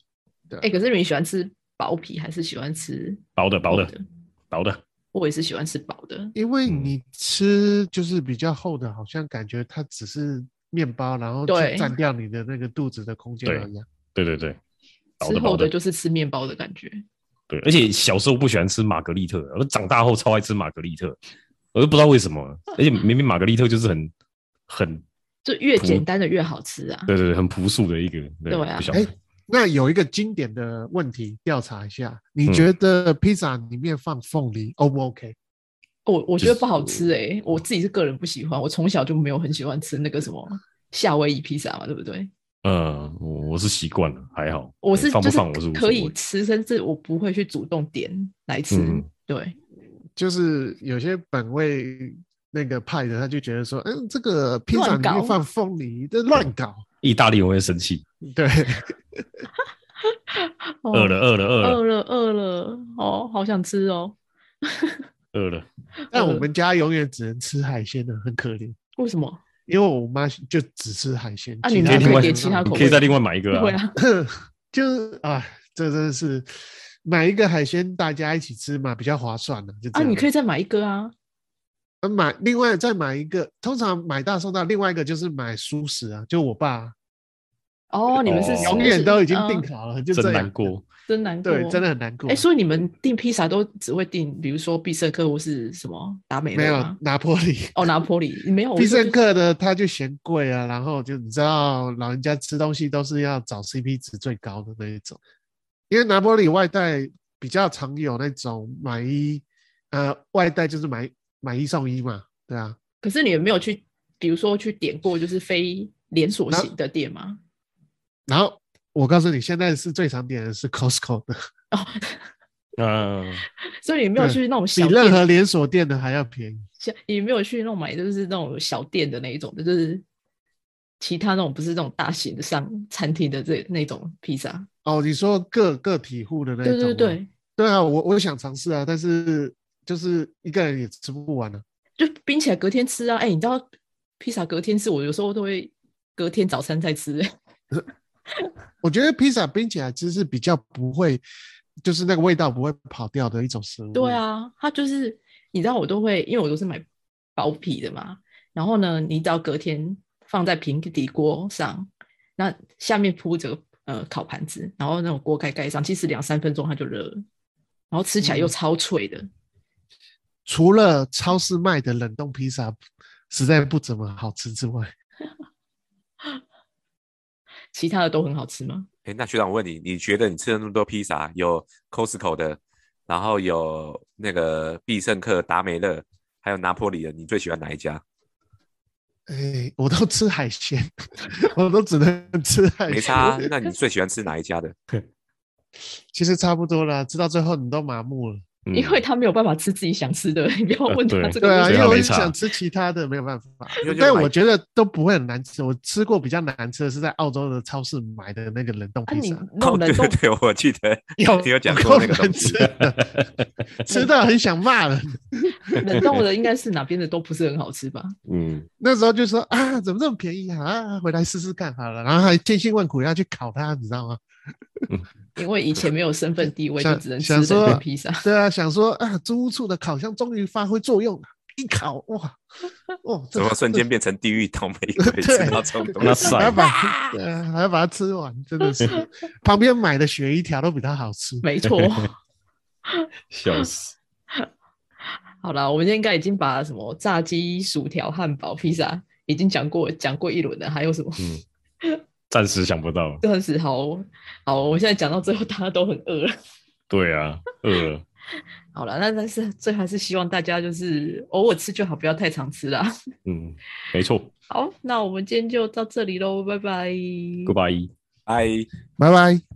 Speaker 2: 哎、可是你们喜欢吃薄皮还是喜欢吃
Speaker 1: 薄的薄
Speaker 2: 厚
Speaker 1: 的？薄的，
Speaker 2: 我也是喜欢吃薄的。
Speaker 4: 因为
Speaker 1: 嗯
Speaker 4: 你吃就是比较厚的，好像感觉它只是面包，然后
Speaker 2: 对
Speaker 4: 去占掉你的那个肚子的空间
Speaker 1: 对
Speaker 4: 而已啊。
Speaker 1: 对对对，薄
Speaker 2: 之
Speaker 1: 的
Speaker 2: 后
Speaker 1: 薄
Speaker 2: 的
Speaker 1: 的，
Speaker 2: 就是吃面包的感觉，
Speaker 1: 对，而且小时候不喜欢吃玛格丽特，我长大后超爱吃玛格丽特，我都不知道为什么，而且明明玛格丽特就是很很
Speaker 2: 就越简单的越好吃啊。
Speaker 1: 对对对，很朴素的一个。对
Speaker 2: 对啊
Speaker 1: 不晓
Speaker 4: 哎
Speaker 1: 得
Speaker 4: 那有一个经典的问题，调查一下，你
Speaker 1: 嗯
Speaker 4: 觉得披萨里面放凤梨 O 不 OK？
Speaker 2: 我我觉得
Speaker 1: 就是
Speaker 2: 不好吃哎、我自己是个人不喜欢，我从小就没有很喜欢吃那个什么夏威夷披萨嘛，对不对？
Speaker 1: 嗯，我我是习惯了，还好。
Speaker 2: 我
Speaker 1: 对
Speaker 2: 是
Speaker 1: 放
Speaker 2: 就
Speaker 1: 不
Speaker 2: 是
Speaker 1: 放我是无所
Speaker 2: 可以
Speaker 1: 谓
Speaker 2: 吃，甚至我不会去主动点来吃。
Speaker 1: 嗯
Speaker 2: 对，
Speaker 4: 就是有些本位那个派的，他就觉得说，嗯，这个披萨
Speaker 2: 乱
Speaker 4: 里
Speaker 2: 搞
Speaker 4: 面放凤梨，这乱搞。
Speaker 1: 意大利人会生气，
Speaker 4: 对，
Speaker 2: 嗯哦
Speaker 1: 饿了，饿了，饿了，
Speaker 2: 饿了，饿了，哦，好想吃哦。
Speaker 1: 饿了。
Speaker 4: 但我们家永远只能吃海鲜的，很可怜。
Speaker 2: 为什么？
Speaker 4: 因为我妈就只吃海鲜，
Speaker 2: 啊
Speaker 4: 其
Speaker 2: 你
Speaker 4: 他
Speaker 1: 可以
Speaker 4: 的
Speaker 1: 另外
Speaker 4: 都
Speaker 2: 点
Speaker 4: 不
Speaker 2: 其他
Speaker 4: 放
Speaker 1: 你
Speaker 2: 口
Speaker 1: 可以
Speaker 2: 味
Speaker 1: 再另外买一个
Speaker 2: 对
Speaker 1: 啊。
Speaker 2: 啊，
Speaker 4: 就是啊，这真的是买一个海鲜大家一起吃嘛，比较划算的。就这
Speaker 2: 啊，
Speaker 4: 样
Speaker 2: 你可以再买一个啊。
Speaker 4: 呃买另外再买一个，通常买大送大，另外一个就是买熟食啊，就我爸
Speaker 2: 哦，你们是
Speaker 1: 哦
Speaker 4: 永远都已经订
Speaker 2: 了，
Speaker 4: 好了，就这
Speaker 1: 真
Speaker 4: 样
Speaker 1: 难，过，
Speaker 2: 真难过。
Speaker 4: 对，真的。很难过。
Speaker 2: 哎，所以你们订披萨都只会订，比如说必胜客或是什么达美
Speaker 4: 没
Speaker 2: 乐
Speaker 4: 有
Speaker 2: 吗？
Speaker 4: 拿破里。
Speaker 2: 哦，拿坡 里没有。我
Speaker 4: 必
Speaker 2: 说
Speaker 4: 胜
Speaker 2: 就
Speaker 4: 客的他就嫌贵啊，然后就你知道老人家吃东西都是要找 CP 值最高的那一种，因为拿破里外带比较常有那种买一，呃，外带就是买买一送一嘛，对啊，
Speaker 2: 可是你有没有去，比如说去点过就是非连锁
Speaker 4: 那
Speaker 2: 型的店吗？
Speaker 4: 然后我告诉你，现在是最常点的是 Costco 的，
Speaker 2: 哦，
Speaker 1: 嗯，
Speaker 2: 所以你没有
Speaker 4: 对
Speaker 2: 去那种
Speaker 4: 比
Speaker 2: 小
Speaker 4: 任
Speaker 2: 店，
Speaker 4: 何连锁店的还要便宜。
Speaker 2: 小你没有去那种买就是那种小店的那一种的，就是其他那种不是那种大型的商餐厅的这那种披萨。
Speaker 4: 哦，你说个个体户的那一
Speaker 2: 对
Speaker 4: 种
Speaker 2: 对
Speaker 4: 吗，
Speaker 2: 对，
Speaker 4: 对啊，我我想尝试啊，但是就是一个人也吃不完啊。
Speaker 2: 就冰起来隔天吃啊。哎、你知道披萨隔天吃，我有时候都会隔天早餐再吃、
Speaker 4: 我觉得披萨冰起来其实是比较不会，就是那个味道不会跑掉的一种食物。
Speaker 2: 对，啊，它就是你知道我都会，因为我都是买薄皮的嘛。然后呢，你只要隔天放在平底锅上，那下面铺着呃烤盘子，然后那种锅盖盖上，其实两三分钟它就热了，然后吃起来又
Speaker 4: 嗯
Speaker 2: 超脆的。
Speaker 4: 除了超市卖的冷冻披萨实在不怎么好吃之外，
Speaker 2: 其他的都很好吃吗？
Speaker 3: 哎，那学长，我问你，你觉得你吃了那么多披萨，有 Costco 的，然后有那个必胜客、达美乐，还有拿破里的，你最喜欢哪一家？
Speaker 4: 哎，我都吃海鲜， 我都只能吃
Speaker 2: 哎
Speaker 4: 海
Speaker 3: 没
Speaker 4: 鲜。
Speaker 3: 差啊，那你最喜欢吃哪一家的？
Speaker 4: 其实差不多啦，吃到最后你都麻木了。
Speaker 1: 嗯
Speaker 2: 因为他没有办办法吃自己想吃的， 你不要
Speaker 1: 呃
Speaker 2: 问他
Speaker 1: 对
Speaker 2: 这个
Speaker 4: 对啊，
Speaker 2: 问
Speaker 1: 所以
Speaker 2: 题
Speaker 4: 因为
Speaker 1: 它
Speaker 4: 我
Speaker 1: 没
Speaker 4: 就
Speaker 1: 差
Speaker 4: 想吃其他的，没有办法
Speaker 3: 因为。就
Speaker 4: 但
Speaker 3: 买
Speaker 4: 我觉得都不会很难吃。我吃过比较难吃的是在澳洲的超市买的那个冷冻
Speaker 2: 啊，
Speaker 4: 披
Speaker 2: 你
Speaker 4: 萨，
Speaker 2: 弄冷
Speaker 3: 哦对
Speaker 2: 冻
Speaker 3: 对对，我记得
Speaker 4: 有
Speaker 3: 你有讲
Speaker 4: 够
Speaker 3: 过那个
Speaker 4: 难
Speaker 3: 东西
Speaker 4: 吃。的，吃到很想骂人。
Speaker 2: 冷冻的应该是哪边的都不是很好吃吧？
Speaker 1: 嗯，
Speaker 4: 那时候就说啊，怎么这么便宜啊？啊，回来试试看好了。然后还千辛万苦要去烤它，你知道吗？
Speaker 2: 因为以前没有身份地位，就
Speaker 4: 想
Speaker 2: 只能吃
Speaker 4: 想
Speaker 2: 冷
Speaker 4: 说
Speaker 2: 冻披萨。
Speaker 4: 对啊，想说啊，租屋处的烤箱终于发挥作用了，一烤哇，哦，这
Speaker 3: 怎么瞬间变成地狱倒霉鬼，吃到 这种
Speaker 1: 那
Speaker 3: 东西？
Speaker 1: 晒
Speaker 4: 还要把对啊，还要把它吃完，真的是旁边买的鳕鱼条都比它好吃。
Speaker 2: 没 错，
Speaker 1: 笑死。
Speaker 2: 好啦，我们今天应该已经把什么炸鸡、薯条、汉堡、披萨 已经讲过讲过一轮了，还有什么？
Speaker 1: 嗯，暂时想不到。
Speaker 2: 真的是好好，我们现在讲到最后，大家都很饿了。
Speaker 1: 对啊，饿了。
Speaker 2: 好了，那但是最还是希望大家就是偶尔吃就好，不要太常吃啦。
Speaker 1: 嗯，没错。
Speaker 2: 好，那我们今天就到这里喽，拜拜。
Speaker 1: Goodbye。
Speaker 3: 哎。
Speaker 4: 拜拜。